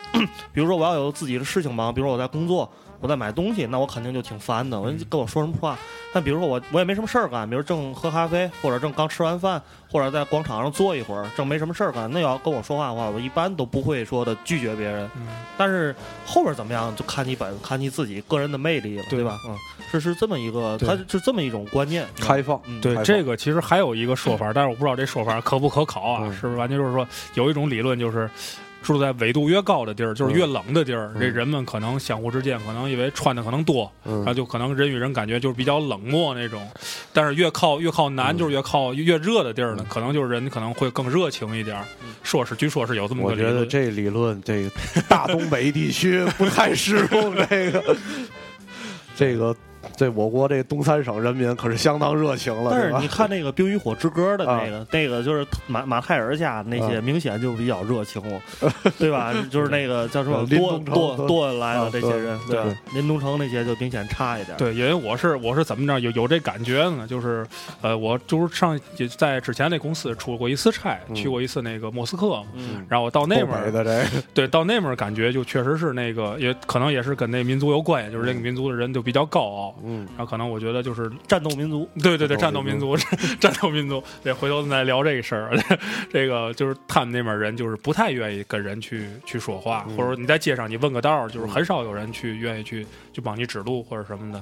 A: 比如说我要有自己的事情忙，比如说我在工作，我在买东西，那我肯定就挺烦的。我
C: 嗯
A: 说你跟我说什么话？但比如说我我也没什么事儿干，比如正喝咖啡，或者正刚吃完饭，或者在广场上坐一会儿，正没什么事儿干，那要跟我说话的话，我一般都不会说的拒绝别人。
C: 嗯
A: 但是后边怎么样，就看你本看你自己个人的魅力了，
C: 对
A: 对吧？嗯，是是这么一个，
C: 对
A: 它是这么一种观念。嗯
B: 开放。
A: 嗯，
C: 对
B: 开放
C: 这个其实还有一个
B: <laughs>
C: 说法，但是我不知道这说法可不可考啊？
B: 嗯
C: 是不是？完全就是说，有一种理论就是。住在纬度越高的地儿，就是越冷的地儿，
B: 嗯
C: 这人们可能相互之间可能因为穿的可能多，
B: 嗯
C: 然后就可能人与人感觉就是比较冷漠那种。但是越靠越靠南，
B: 嗯
C: 就是越靠越热的地儿
B: 嗯，
C: 呢可能就是人可能会更热情一点儿
A: 嗯。
C: 说是据说是有这么
B: 我
C: 个理
B: 觉得
C: 论，
B: 这理论，这个大东北地区不太适用这个，这个，这我国这东三省人民可是相当热情了。
A: 但
B: 对
A: 是
B: 吧
A: 你看那个《冰与火之歌》的那个， <laughs> 那个就是马马泰尔家那些，
B: 啊
A: 明显就比较热情了，对吧？就是那个叫什么
B: 呃 <laughs> 林
A: 多
B: 东城
A: 多
B: 都
A: 多恩来
B: 啊
A: 了这些人，
B: 对
A: 对吧？林东城那些就明显差一点。，
C: 对，因为我是我是怎么着有有这感觉呢？就是呃，我就是上也在之前那公司出过一次差，
B: 嗯
C: 去过一次那个莫斯科嘛。
A: 嗯，
C: 然后我到那
B: 东
C: 边
B: 北的
C: 儿，
B: 这个，
C: 对，到那边儿感觉就确实是那个，也可能也是跟那民族有关系，就是那个民族的人就比较高傲。
B: 嗯，
C: 然后可能我觉得就是，
A: 战斗民族，
C: 对对对，
B: 战
C: 战
B: 斗
C: 斗
B: 民
C: 民族， <laughs> 战斗民族，对，回头咱再聊这个事儿。 <laughs> 这个就是他们那边儿人就是不太愿意跟人去去说话，
B: 嗯
C: 或者说你在街上你问个道儿，就是
B: 嗯
C: 很少有人去愿意去去帮你指路或者什么的。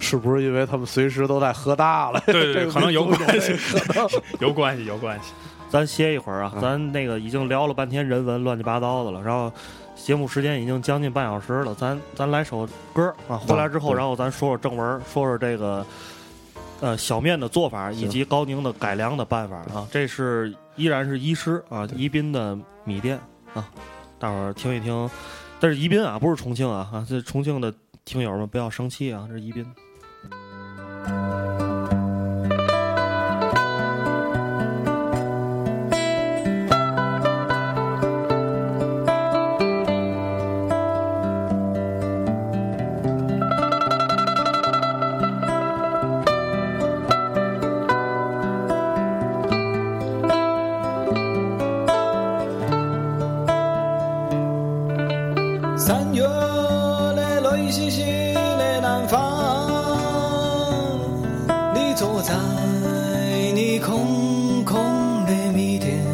B: 是不是因为他们随时都在喝大了？
C: 对对
B: <laughs> 这
C: 对
B: 个
C: 可能有
B: 民族
C: 关系
B: 这个可能
C: <laughs> 有关系，有关系。
A: 咱歇一会儿啊，
B: 嗯
A: 咱那个已经聊了半天人文乱七八糟的了，然后节目时间已经将近半小时了，咱咱来首歌啊，回来之后，
B: 对
A: 然后咱说说正文，说说这个呃小面的做法以及高宁的改良的办法啊，这是依然是医师啊，宜宾的米店啊，大伙儿听一听，但是宜宾啊，不是重庆啊啊，这重庆的听友们不要生气啊，这是宜宾。
D: 三月的泪淅淅的南方，你坐在你空空的米店，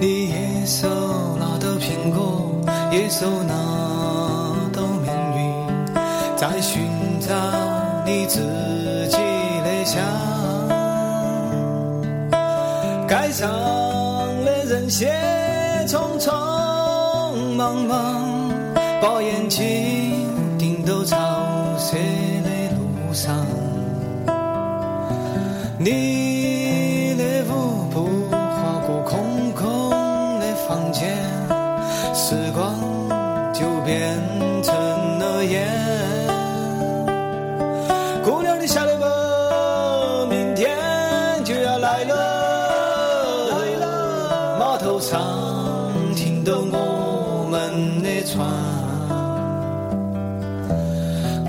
D: 你也手拿到苹果，也手拿到命运，在寻找你自己的家。街上的人血匆匆忙忙，把眼睛盯到潮湿的路上。你的舞步划过空空的房间，时光就变成了烟。姑娘，你晓得不？明天就要来了，来了，码头上停到我们的船。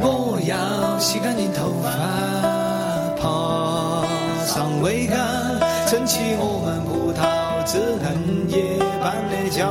D: 我要洗干净头发，爬上桅杆，撑起我们葡萄枝嫩叶般的家。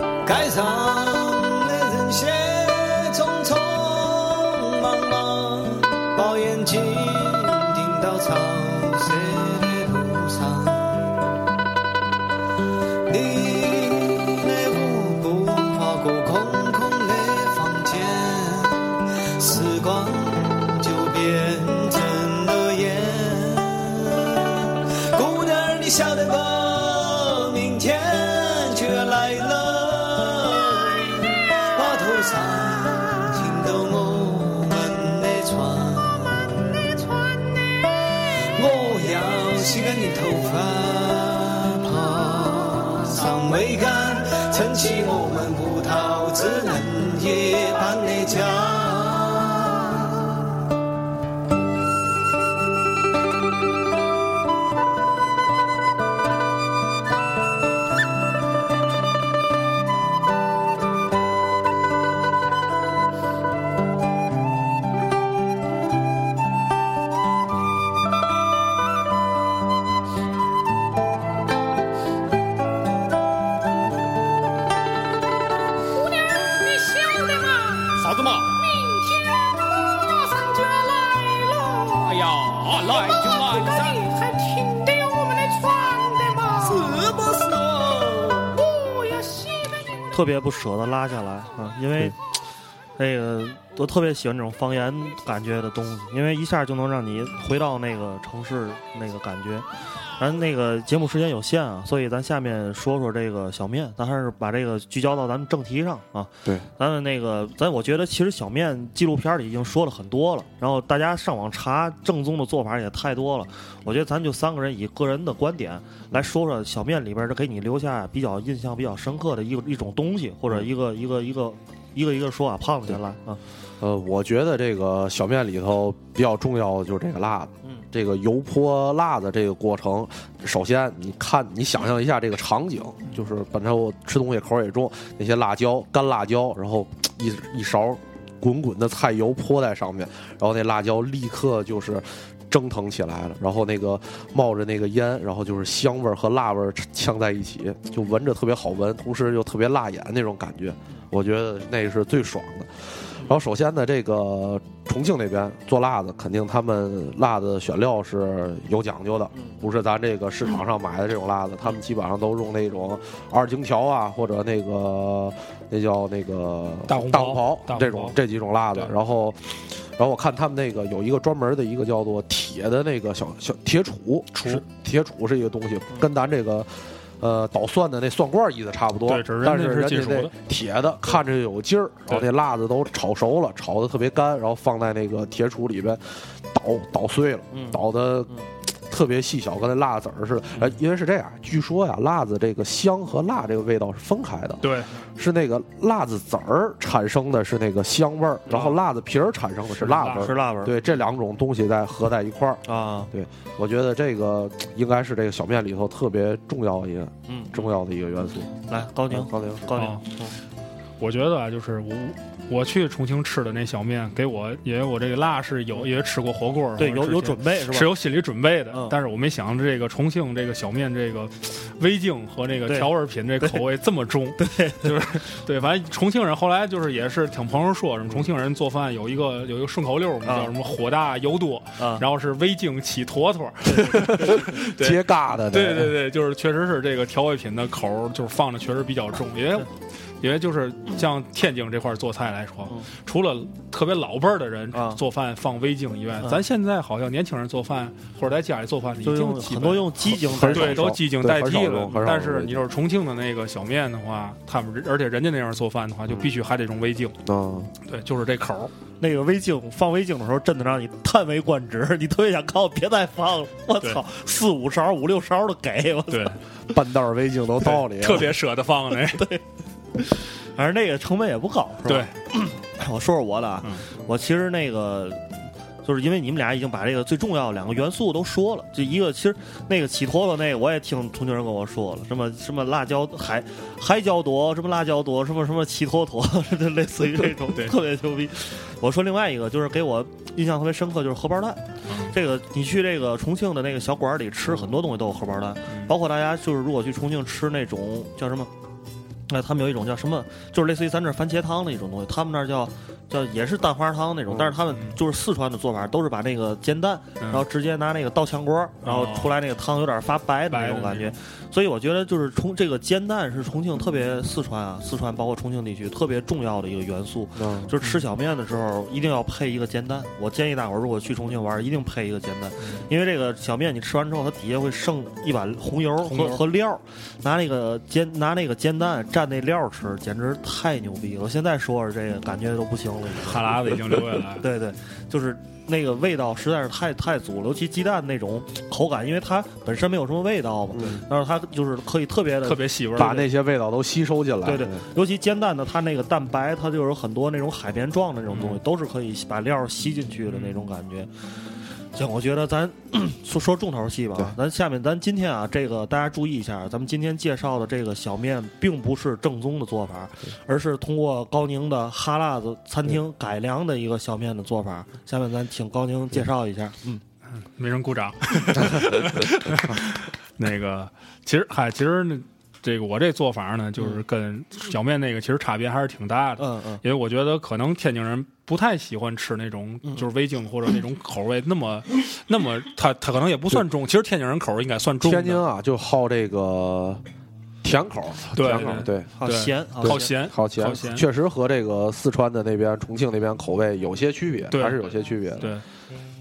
D: 街斜的路上，你的舞步划过空空的房间，时光就变成了烟。姑娘儿，你晓得不？明天就要来了，码头上停到我们的船。我要洗干净头发，爬上桅杆，撑起我们葡萄枝嫩叶般的家。
E: 姑娘儿，你晓得吗？
F: 啥子嘛？
E: 明天马上就要来了。
F: 哎呀，来就来噻，
E: 还停得我们的船的嘛？
F: 是不是哦？
E: 我要洗干净我的
A: 特别不舍得拉下来啊，因为这个我特别喜欢这种方言感觉的东西，因为一下就能让你回到那个城市那个感觉。咱那个节目时间有限啊，所以咱下面说说这个小面，咱还是把这个聚焦到咱们正题上啊。
B: 对，
A: 咱们那个，咱我觉得其实小面纪录片里已经说了很多了，然后大家上网查正宗的做法也太多了。我觉得咱就三个人以个人的观点来说说小面里边儿给你留下比较印象比较深刻的一个一种东西，或者一个一个一个一个一个说啊，胖子先来啊，
B: 呃，我觉得这个小面里头比较重要的就是这个辣子，
A: 嗯
B: 这个油泼辣子这个过程，首先你看，你想象一下这个场景，就是本身我吃东西口也重，那些辣椒、干辣椒，然后一一勺滚滚的菜油泼在上面，然后那辣椒立刻就是。蒸腾起来了，然后那个冒着那个烟，然后就是香味儿和辣味儿呛在一起，就闻着特别好闻，同时又特别辣眼那种感觉，我觉得那是最爽的。然后首先呢，这个重庆那边做辣子，肯定他们辣子选料是有讲究的，
C: 嗯
B: 不是咱这个市场上买的这种辣子，他们基本上都用那种二荆条啊，或者那个那叫那个
C: 大红袍
B: 袍
C: 大红袍
B: 这种这几种辣子。
C: 对
B: 然后，然后我看他们那个有一个专门的一个叫做铁的那个小小铁杵，
C: 杵嗯
B: 是铁杵是一个东西，跟咱这个。呃，捣蒜的那蒜罐儿意思差不多，
C: 对只是人
B: 但
C: 家
B: 是
C: 是
B: 人家
C: 金属
B: 那
C: 的
B: 铁的，看着有劲儿，然后那辣子都炒熟了，炒的特别干，然后放在那个铁杵里边捣捣碎了，
A: 嗯
B: 捣的
A: 嗯
B: 特别细小，跟那辣子儿似的。呃，因为是这样，据说呀，辣子这个香和辣这个味道是分开的，
C: 对，
B: 是那个辣子籽儿产生的是那个香味儿，然后辣子皮儿产生的是辣味
A: 吃
B: 儿。
A: 辣味儿
B: 对，这两种东西再合在一块儿，
A: 啊，
B: 我觉得这个应该是这个小面里头特别重要一个
A: 嗯，
B: 重要的一个元素。
A: 来高宁
B: 嗯高宁，
A: 高
C: 啊
A: 宁，
C: 我觉得啊，就是我我去重庆吃的那小面，给我因为我这个辣是有也吃过火锅儿，
A: 嗯对
C: 或者
A: 有有
C: 吃些
A: 准备是吧？
C: 是有心理准备的，
A: 嗯
C: 但是我没想到这个重庆这个小面这个味精和这个
A: 对
C: 调味品这口味这么重，对， <laughs> 就是对，反正重庆人后来就是也是听朋友说什么重庆人做饭有一个有一个顺口溜嘛，
A: 嗯啊
C: 叫什么火大油多，
A: 啊
C: 然后是味精起坨坨，对
B: 接尬的那
C: 对对对，就是确实是这个调味品的口儿就是放的确实比较重，因为因为就是像天津这块儿做菜来说
A: 嗯，
C: 除了特别老辈儿的人
A: 啊
C: 做饭放味精以外
A: 嗯，
C: 咱现在好像年轻人做饭或者在家里做饭已
A: 就
C: 经
A: 用很
C: 基本
A: 多用鸡精代
B: 很
A: 替
B: 少用
C: 对，都
B: 对
C: 寂静
B: 很
C: 代
B: 少
C: 替
B: 用
C: 了
B: 很。少
C: 但
B: 用
C: 是
B: 味
C: 你
B: 精
C: 要是重庆的那个小面的话，他们人而且人家那样做饭的话，就必须还得用味精。
B: 嗯，
C: 对，就是这口儿。
A: 那个微镜放微镜的时候，真的让你叹为观止，你特别想靠别再放了。我
C: 对
A: 操，四五勺、五六勺的给我。
C: 对，
B: 半袋味精都到里了，啊
C: 特别舍得放
B: <laughs>
C: 那。
A: 反正那个成本也不高，是吧？
C: 对，
A: <clears throat> 我说说我的啊，
C: 嗯
A: 我其实那个就是因为你们俩已经把这个最重要的两个元素都说了，这一个其实那个起坨坨那个我也听重庆人跟我说了，什么什么辣椒海海椒多，什么辣椒多，什 <laughs> 么什么起坨坨，就类似于这种，
C: 对
A: 特别牛逼。我说另外一个就是给我印象特别深刻就是荷包蛋，这个你去这个重庆的那个小
C: 嗯
A: 馆儿里吃很多东西都有荷包蛋，包括大家就是如果去重庆吃那种叫什么。那他们有一种叫什么，就是类似于咱这儿番茄汤的一种东西，他们那儿叫叫也是蛋花汤那种
B: 嗯，
A: 但是他们就是四川的做法，都是把那个煎蛋，
C: 然
A: 然后直接拿那个倒炝锅，然后出来那个汤有点发哦白的那种感觉，所以我觉得就是重这个煎蛋是重庆特别四川啊，四川包括重庆地区特别重要的一个元素，
B: 嗯，
A: 就是吃小面的时候一定要配一个煎蛋。我建议大伙儿如果去重庆玩，一定配一个煎蛋，
C: 嗯
A: 因为这个小面你吃完之后，它底下会剩一碗红油
C: 红
A: 和
C: 油
A: 和料儿，拿那个煎拿那个煎蛋蘸那料儿吃，简直太牛逼了！我现在说着这个感觉都不行了。
C: 哈喇子已经流下
B: <laughs>
C: 来了。
A: 对对，就是那个味道实在是太太足了，尤其鸡蛋那种口感，因为它本身没有什么味道嘛，
B: 嗯
A: 但是它就是可以特别的
C: 特别细味儿，
B: 把那些味道都吸收进来。
A: 对
B: 嗯
A: 对尤其煎蛋的，它那个蛋白，它就有很多那种海绵状的那种东西，都是可以把料儿吸进去的那种感觉。行，我觉得咱 <coughs> 说说重头戏
B: 对
A: 吧。咱下面，咱今天啊，这个大家注意一下，咱们今天介绍的这个小面，并不是正宗的做法，而是通过高宁的哈喇子餐厅改良的一个小面的做法。下面咱请高宁介绍一下。嗯，
C: 没人鼓掌。 <laughs> 那个，其实嗨，其实呢，这个我这做法呢，
B: 嗯
C: 就是跟小面那个其实差别还是挺大的，
A: 嗯嗯
C: 因为我觉得可能天津人不太喜欢吃那种
A: 嗯
C: 就是味精或者那种口味那么那么，他他可能也不算重，其实天津人口味应该算重的，
B: 天津啊，就好这个甜口儿，
C: 对
B: 甜口儿，对，
A: 好
C: 对
A: 咸，
C: 好。咸，
B: 好甜，
C: 好咸，
B: 确实和这个四川的那边、重庆那边口味有些区别，
C: 对
B: 还是有些区别的。
C: 对。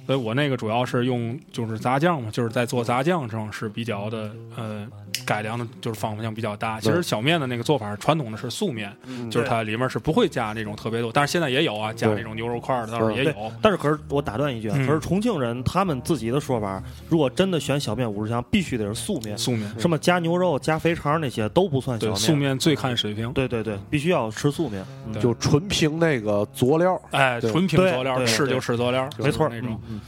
C: 所以我那个主要是用就是杂酱嘛，就是在做杂酱上是比较的呃改良的，就是方向比较大。其实
B: 对
C: 小面的那个做法，传统的是素面，就是它里面是不会加那种特别多，但是现在也有啊，加
B: 对
C: 那种牛肉块儿的倒是也
A: 对
C: 有。
A: 但是，可是我打断一句啊，
C: 嗯
A: 可是重庆人他们自己的说法，如果真的选小面五十强，必须得是素面，
C: 素面，
A: 什么加牛肉、加肥肠那些都不算小
C: 对
A: 面。
C: 素面最看水平，
A: 对对对必须要吃素面。嗯
C: 对
B: 就纯凭那个佐料儿，
C: 哎，
B: 对
C: 纯凭佐料，
A: 对对
C: 是就
A: 对
C: 是佐料，
A: 没错
C: 就是那种。
A: 嗯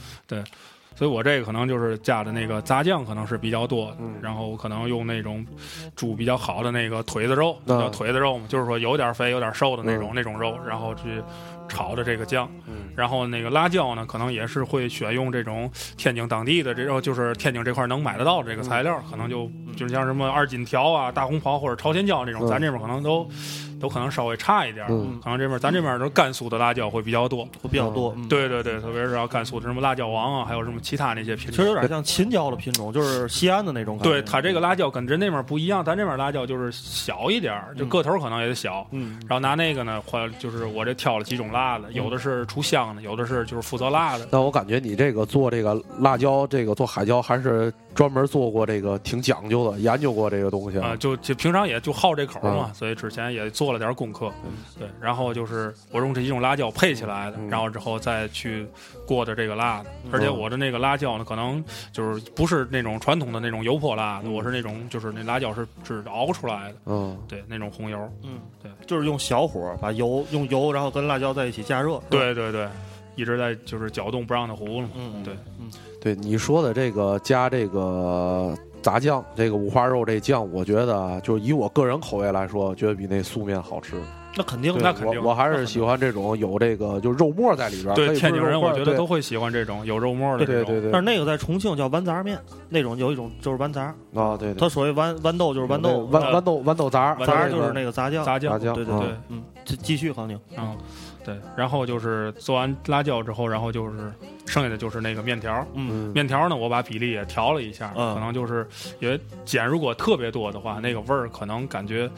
C: 所以我这个可能就是加的那个杂酱可能是比较多的
B: 嗯，
C: 然后我可能用那种煮比较好的那个腿子肉，
B: 嗯
C: 叫腿子肉嘛，就是说有点肥有点瘦的那种那种肉，然后去炒的这个酱。然后那个辣椒呢，可能也是会选用这种天津当地的这种，就是天津这块能买得到的这个材料，
B: 嗯
C: 可能就就像什么二锦条啊、大红袍或者朝天椒这种，
B: 嗯
C: 咱这边可能都都可能稍微差一点儿。
B: 嗯
C: 可能这边咱这边都是甘肃的辣椒会比较多，
A: 会比较多。嗯，
C: 对对对，特别是要甘肃的什么辣椒王啊，还有什么其他那些品
A: 其实有
C: 种。
A: 点像嗯秦椒的品种，就是西安的那种感觉。
C: 对它这个辣椒跟咱那边不一样，咱这边辣椒就是小一点儿，就个头可能也得小。
A: 嗯，
C: 然后拿那个呢，换就是我这挑了几种辣的，有的是除香的，有的是就是负责辣的。
B: 但我感觉你这个做这个辣椒，这个做海椒还是专门做过这个挺讲究的，研究过这个东西
C: 啊、
B: 啊。
C: 就就平常也就好这口儿嘛，所以之前也做了点功课，对，然后就是我用这几种辣椒配起来的，
B: 嗯
C: 然后之后再去过的这个辣的，而且我的那个辣椒呢，可能就是不是那种传统的那种油泼辣的，我是那种就是那辣椒是是熬出来的，
B: 嗯，
C: 对，那种红油，
A: 嗯，
C: 对，
A: 就是用小火把油用油，然后跟辣椒在一起加热。是吧，
C: 对对对，一直在就是搅动不让它糊了
B: 啊
C: 嘛，
A: 嗯，
C: 对，
B: 对你说的这个加这个杂酱，这个五花肉这酱，我觉得啊，就是以我个人口味来说，我觉得比那素面好吃。
A: 那肯定
C: 对
A: 的。
C: 嗯肯定
B: 我我还是喜欢这种有这个就是肉末在里边儿。它
C: 对，
B: 也不是
C: 天津人
B: 肉块
C: 我
B: 儿
C: 觉得
B: 对
C: 都会喜欢这种有肉末的这
B: 对
C: 种，
B: 对对
A: 但是那个在重庆叫豌杂面，那种有一种就是豌杂，
B: 啊，对对，
A: 它所谓豌豌豆就是豌豆，
B: 豌豌豆豌豆杂儿，
C: 呃豌
A: 杂
C: 豆
B: 它
C: 儿
A: 儿就是那个杂酱。
C: 杂酱
B: 辣，椒，
A: 对
C: 对
A: 对
B: 啊
C: 对。
A: 嗯，继继续康宁。
C: 嗯，对，然后就是做完辣椒之后，然后就是剩下的就是那个面条儿。
A: 嗯，
B: 嗯
C: 面条儿呢，我把比例也调了一下，
A: 嗯
C: 可能就是因为碱如果特别多的话，那个味儿可能感觉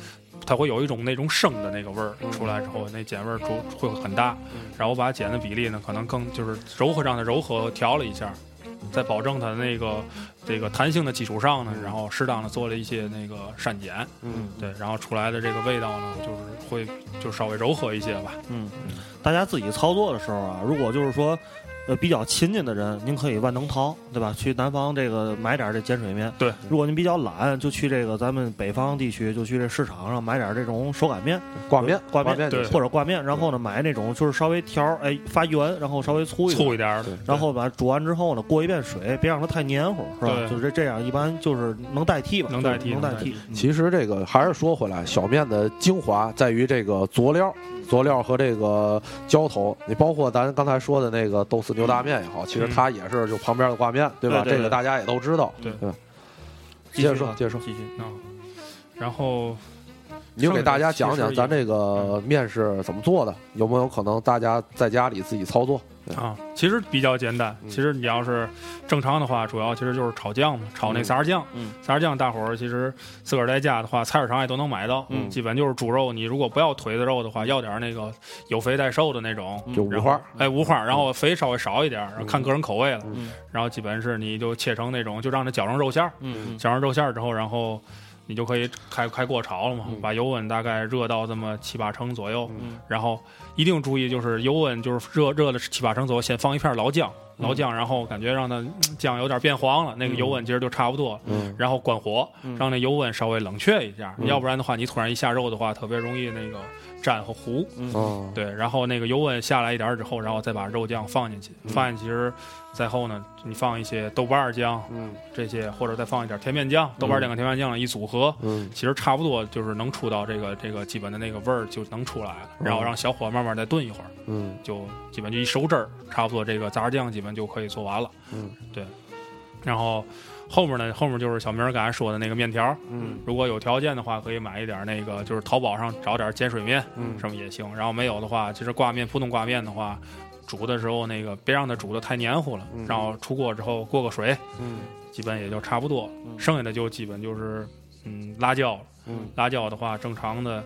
C: 它会有一种那种生的那个味儿出来之
A: 嗯
C: 后，那碱味儿主会很大。然后我把碱的比例呢，可能更就是柔和让它柔和调了一下，在保证它的那个这个弹性的基础上
A: 嗯
C: 呢，然后适当的做了一些那个删减，
B: 嗯，
C: 对，然后出来的这个味道呢，就是会就稍微柔和一些吧。
A: 嗯大家自己操作的时候啊，如果就是说，呃，比较亲近的人，您可以万能淘，对吧？去南方这个买点这碱水面。
C: 对，
A: 如果您比较懒，就去这个咱们北方地区，就去这市场上买点这种手擀面、
B: 嗯挂面
A: 挂面
B: 面就
C: 对
B: 行
A: 或者挂面，然后呢买那种就是稍微条儿哎发圆，然后稍微粗一点。
C: 粗一点儿的，
B: 对
A: 然后把它煮完之后呢，过一遍水，别让它太黏糊，是吧
C: 对？
A: 就是这这样，一般就是能代替吧，
C: 能
A: 就是
C: 代替
A: 能
C: 能
A: 代
C: 代
A: 替。嗯
B: 其实这个还是说回来，小面的精华在于这个佐料，佐料和这个浇头。你包括咱刚才说的那个豆豉牛杂面也好，其实它也是就旁边的挂面，对吧？
A: 对对对
B: 这个大家也都知道。
C: 对
B: 嗯，
A: 继
B: 接
A: 续
B: 着说
A: 吧
B: 接着说
A: 继续。
C: 嗯啊，然后
B: 你就给大家讲
C: 上面
B: 讲
C: 其实
B: 咱这个面是怎么做的，有没有可能大家在家里自己操作？
C: 啊，其实比较简单。
B: 嗯
C: 其实你要是正常的话，主要其实就是炒酱嘛，炒那
B: 嗯
C: 撒儿酱。
A: 嗯
C: 撒儿酱大伙儿其实自个儿在家的话，菜市场也都能买到。
B: 嗯
C: 基本就是猪肉，你如果不要腿子肉的话，要点儿那个有肥带瘦的那种。
A: 嗯
B: 就五
C: 然后
B: 花，
C: 哎，五花，然后肥稍微少一点儿，然后看个人口味了。
A: 嗯
C: 然后基本是你就切成那种，就让它搅成肉馅儿，
A: 嗯
C: 搅成肉馅儿之后，然后你就可以开开锅炒了嘛，
B: 嗯
C: 把油温大概热到这么七八成左右，
A: 嗯
C: 然后一定注意就是油温就是热热了七八成左右，先放一片老姜，
A: 嗯
C: 老姜，然后感觉让它嗯酱有点变黄了，那个油温其实就差不多了。
B: 嗯，
C: 然后关火
A: 嗯，
C: 让那油温稍微冷却一下，
B: 嗯
C: 要不然的话，你突然一下肉的话，特别容易那个粘和糊。
A: 嗯
B: 哦，
C: 对，然后那个油温下来一点儿之后，然后再把肉酱放进去，
B: 嗯
C: 放进去其实再后呢，你放一些豆瓣儿酱
B: 嗯
C: 这些，或者再放一点儿甜面酱，豆瓣儿酱跟甜面酱一组合。
B: 嗯
C: 其实差不多就是能出到这个这个基本的那个味儿就能出来了，
B: 嗯
C: 然后让小火慢慢再炖一会儿，
B: 嗯
C: 就基本就一收汁儿，差不多这个杂酱基本就可以做完了。
B: 嗯，
C: 对。然后后面呢，后面就是小明儿刚才说的那个面条儿，
B: 嗯
C: 如果有条件的话，可以买一点儿那个，就是淘宝上找点儿碱水面，
B: 嗯
C: 什么也行。然后没有的话，其实挂面普通挂面的话，煮的时候那个别让它煮的太黏糊了，
B: 嗯
C: 然后出锅之后过个水，
B: 嗯
C: 基本也就差不多了。
A: 嗯
C: 剩下的就基本就是嗯辣椒了，
B: 嗯
C: 辣椒的话正常的。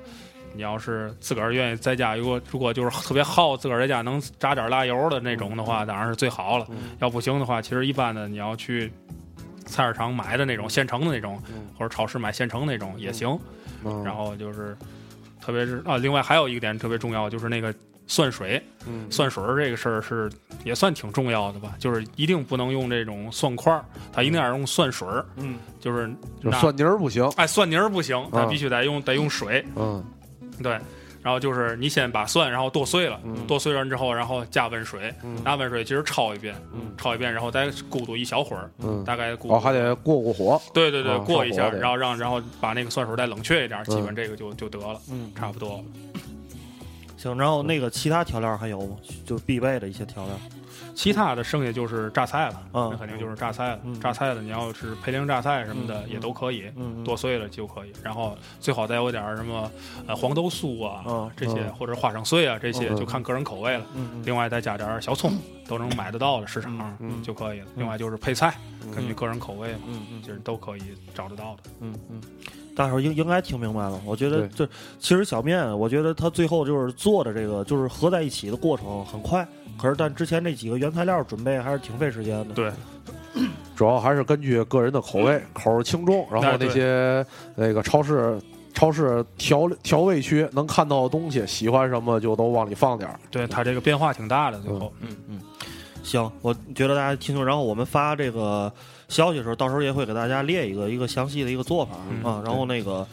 C: 你要是自个儿愿意在家，如果如果就是特别好自个儿在家能炸点辣油的那种的话，当然是最好了。
B: 嗯
C: 要不行的话，其实一般的你要去菜市场买的那种现成的那种，
B: 嗯
C: 或者超市买现成那种也行。
B: 嗯，
C: 然后就是，特别是啊，另外还有一个点特别重要，就是那个蒜水，
B: 嗯
C: 蒜水儿这个事儿是也算挺重要的吧，就是一定不能用这种蒜块儿，它一定要用蒜水儿，
A: 嗯
C: 就是
B: 就
C: 那
B: 蒜泥儿不行，
C: 哎蒜泥儿不行，它
B: 嗯
C: 必须得用得用水，
B: 嗯
C: 对。然后就是你先把蒜，然后剁碎了，
B: 嗯
C: 剁碎完之后，然后加温水，
B: 嗯
C: 拿温水其实焯一遍，
B: 嗯
C: 焯一遍，然后再咕嘟一小会儿，
B: 嗯，
C: 大概咕嘟
B: 哦，还得过过火，
C: 对对对，
B: 啊
C: 过一
B: 上
C: 下，
B: 火得
C: 然后让然后把那个蒜水儿再冷却一点，基
B: 嗯
C: 本这个就就得了，
A: 嗯，
C: 差不多了。
A: 行，然后那个其他调料还有吗？就是必备的一些调料。
C: 其他的剩下就是榨菜了，
A: 嗯
C: 那肯定就是榨菜了。
A: 嗯
C: 榨菜的你要是培灵榨菜什么的
A: 嗯嗯
C: 也都可以，
A: 嗯，
C: 剁碎了就可以。然后最好再有点儿什么呃黄豆酥啊、
A: 嗯
C: 这些，
B: 嗯
C: 或者花生碎啊这些，
B: 嗯
C: 就看个人口味了。
A: 嗯嗯
C: 另外再加点儿小葱，都能买得到的市场上
B: 嗯嗯
C: 就可以了。
A: 嗯
C: 另外就是配菜，
B: 嗯
C: 根据个人口味嘛，
A: 嗯嗯
C: 就是都可以找得到的。
A: 嗯嗯，大伙儿应应该听明白了。我觉得
B: 对
A: 这其实小面，我觉得它最后就是做的这个就是合在一起的过程很快，可是但之前这几个原材料准备还是挺费时间的。
C: 对，
B: 主要还是根据个人的口味、口儿轻重，然后
C: 哎对
B: 那些那个超市。超市调调味区能看到的东西，喜欢什么就都往里放点儿。
C: 对它这个变化挺大的，最后
A: 行，我觉得大家听听，然后我们发这个消息的时候，到时候也会给大家列一个一个详细的一个做法、
C: 嗯
A: 啊，然后那个。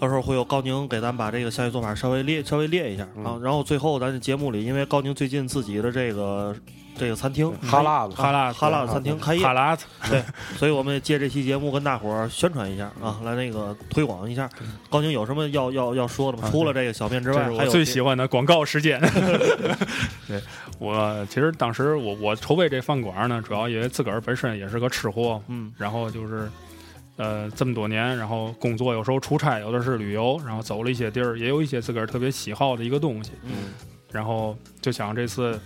A: 到时候会有高宁给咱把这个详细做法稍微列稍微列一下
C: 嗯
A: 啊，然后最后咱这节目里，因为高宁最近自己的这个这个餐厅啊
B: 哈喇子，
C: 哈拉
A: 哈喇餐厅开业
C: 哈，拉
A: 所以我们也借这期节目跟大伙儿宣传一下啊，来那个推广一下。高宁有什么要要要说的吗？
C: 嗯啊
A: 除了这个小面之
C: 这
A: 外
C: 是，
A: 还
C: 我
A: 有别
C: 最喜欢的广告时间。对我其实当时我我筹备这饭馆呢，主要因为自个儿本身也是个吃货，
A: 嗯
C: 然后就是呃这么多年，然后工作有时候出差，有的是旅游，然后走了一些地儿，也有一些自个儿特别喜好的一个东西，
A: 嗯
C: 然后就想这次。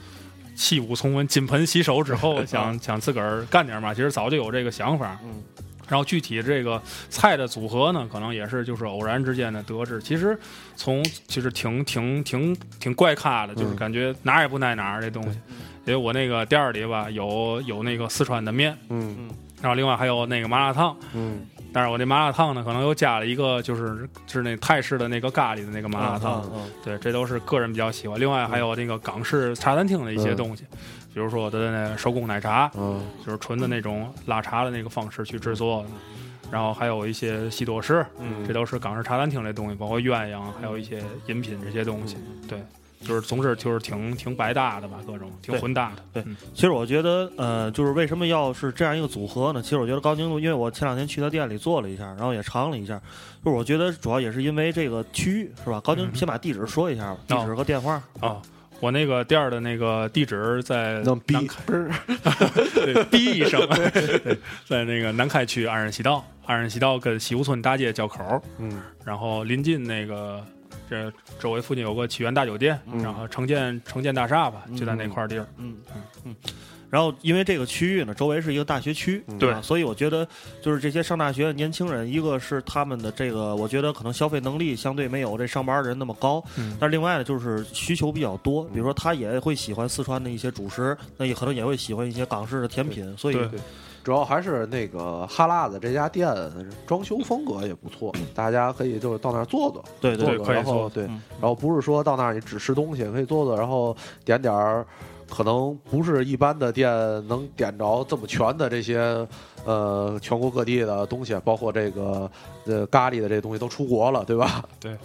C: 弃武从文，金盆洗手之
A: <laughs>
C: 后，想想自个儿干点嘛，其实早就有这个想法。
A: 嗯，
C: 然后具体这个菜的组合呢，可能也是就是偶然之间的得知。其实从其实挺挺挺挺怪咖的，就是
B: 嗯
C: 感觉哪儿也不耐哪儿这东西。因为我那个店儿里吧，有有那个四川的面，
B: 嗯
C: 然后另外还有那个麻辣烫。
B: 嗯
C: 但是我那麻辣烫呢，可能又加了一个，就是就是那泰式的那个咖喱的那个麻辣烫，
A: 啊啊啊
C: 对，这都是个人比较喜欢。另外还有那个港式茶餐厅的一些
B: 嗯
C: 东西，比如说我的那手工奶茶，
B: 嗯
C: 就是纯的那种拉茶的那个方式去制作的。然后还有一些西多士，
B: 嗯
C: 这都是港式茶餐厅类东西，包括鸳鸯，啊还有一些饮品这些东西。
A: 嗯
C: 对，就是总之就是挺挺百搭的吧，各种挺
A: 对
C: 混搭的。
A: 对
C: 嗯
A: 其实我觉得，呃，就是为什么要是这样一个组合呢？其实我觉得高精度，因为我前两天去他店里做了一下，然后也尝了一下，就是我觉得主要也是因为这个区域是吧？高精
C: 嗯
A: 先把地址说一下吧，
C: 哦
A: 地址和电话。
C: 啊，我那个店儿的那个地址在
B: 能逼
C: 南开，
B: <laughs>
C: 对， <laughs> 逼一声，对在那个南开区安仁西道，安仁西道跟西湖村大街交口儿，
B: 嗯，
C: 然后临近那个这周围附近有个起源大酒店，
B: 嗯
C: 然后城建城建大厦吧，就在那块儿地儿。
A: 嗯嗯嗯。然后，因为这个区域呢，周围是一个大学区，
B: 嗯
A: 啊所以我觉得就是这些上大学的年轻人，一个是他们的这个，我觉得可能消费能力相对没有这上班的人那么高，
C: 嗯，
A: 但是另外呢，就是需求比较多，比如说他也会喜欢四川的一些主食，那也可能也会喜欢一些港式的甜品，所以
C: 对
B: 主要还是那个哈喇子这家店装修风格也不错，大家可以就是到那儿坐坐，
A: 对对
B: 坐
A: 对
C: 对
B: 坐，
C: 可以
B: 然后
C: 坐
B: 对，
A: 嗯
B: 然后不是说到那儿你只吃东西，可以坐坐，然后点点儿。可能不是一般的店能点着这么全的这些，呃，全国各地的东西，包括这个呃咖喱的这东西都出国了，对吧？
C: 嗯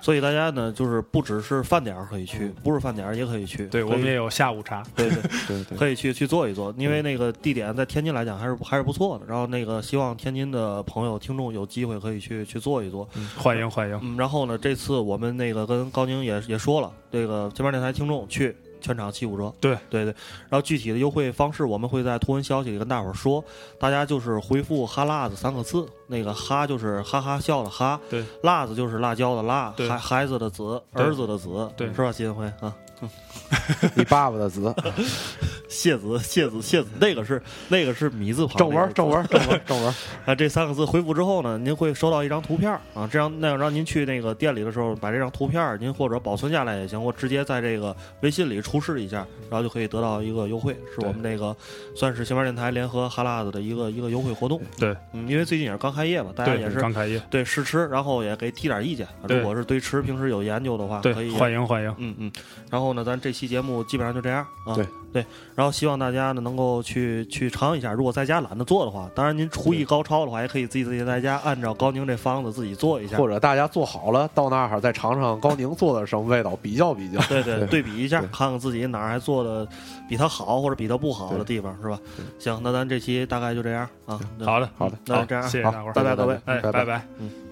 A: 所以大家呢，就是不只是饭点儿可以去，不是饭点儿也可以去，
C: 嗯对
A: 可
C: 我
A: 以
C: 们也嗯有下午茶。
A: 对
C: <laughs>
A: 对。
B: 对对
A: 可以去去坐一坐，因为那个地点在天津来讲还是还是不错的。然后那个希望天津的朋友听众有机会可以去去坐一坐。
C: 欢迎欢迎，
A: 嗯，然后呢，这次我们那个跟高宁也也说了，这个这边电台听众去全场七五折。
C: 对
A: 对对，然后具体的优惠方式我们会在图文消息里跟大伙儿说，大家就是回复“哈辣子”三个字，那个“哈”就是哈哈笑的“哈”，
C: 对，
A: 辣子就是辣椒的“辣”，
C: 对
A: 孩孩子的“子”，
C: 对
A: 儿子的“子”，
C: 对
A: 是吧？金辉啊，
B: <laughs> 你爸爸的
C: <laughs>
B: 子，
A: 谢子，谢子，谢子，那个是那个是米字旁，
B: 正
A: 那个
B: 文
A: 字
B: 正文正文正文，
A: 啊，这三个字恢复之后呢，您会收到一张图片儿啊，这样那样让您去那个店里的时候，把这张图片儿您或者保存下来也行，或直接在这个微信里出示一下，然后就可以得到一个优惠，是我们那个算是新闻电台联合哈喇子的一个一个优惠活动。
C: 对，
A: 嗯，因为最近也是刚开业嘛，大家
C: 对，
A: 也是啊
C: 刚开业，
A: 对试吃，然后也给提点意见，啊
C: 对
A: 如果是对吃平时有研究的话，
C: 对
A: 可以，
C: 欢迎欢迎，
A: 嗯嗯，然后呢，咱这期节目基本上就这样啊。
B: 对
A: 对，然后希望大家呢能够去去尝一下，如果在家懒得做的话，当然您厨艺高超的话，也可以自己自己在家按照高宁这方子自己做一下，
B: 或者大家做好了到那儿再尝尝高宁做的什么味道，比较比较。
A: 对对
B: 对
A: 对比一下，
B: 对
A: 看看自己哪儿还做的比他好或者比他不好的地方，是吧？行，那咱这期大概就这样啊。那
C: <laughs> 好的
B: 好的
A: 那就这样，
C: 谢谢
B: 好
C: 大伙儿，
A: 拜拜各位
C: 哎，
B: 拜
C: 拜拜。
A: 嗯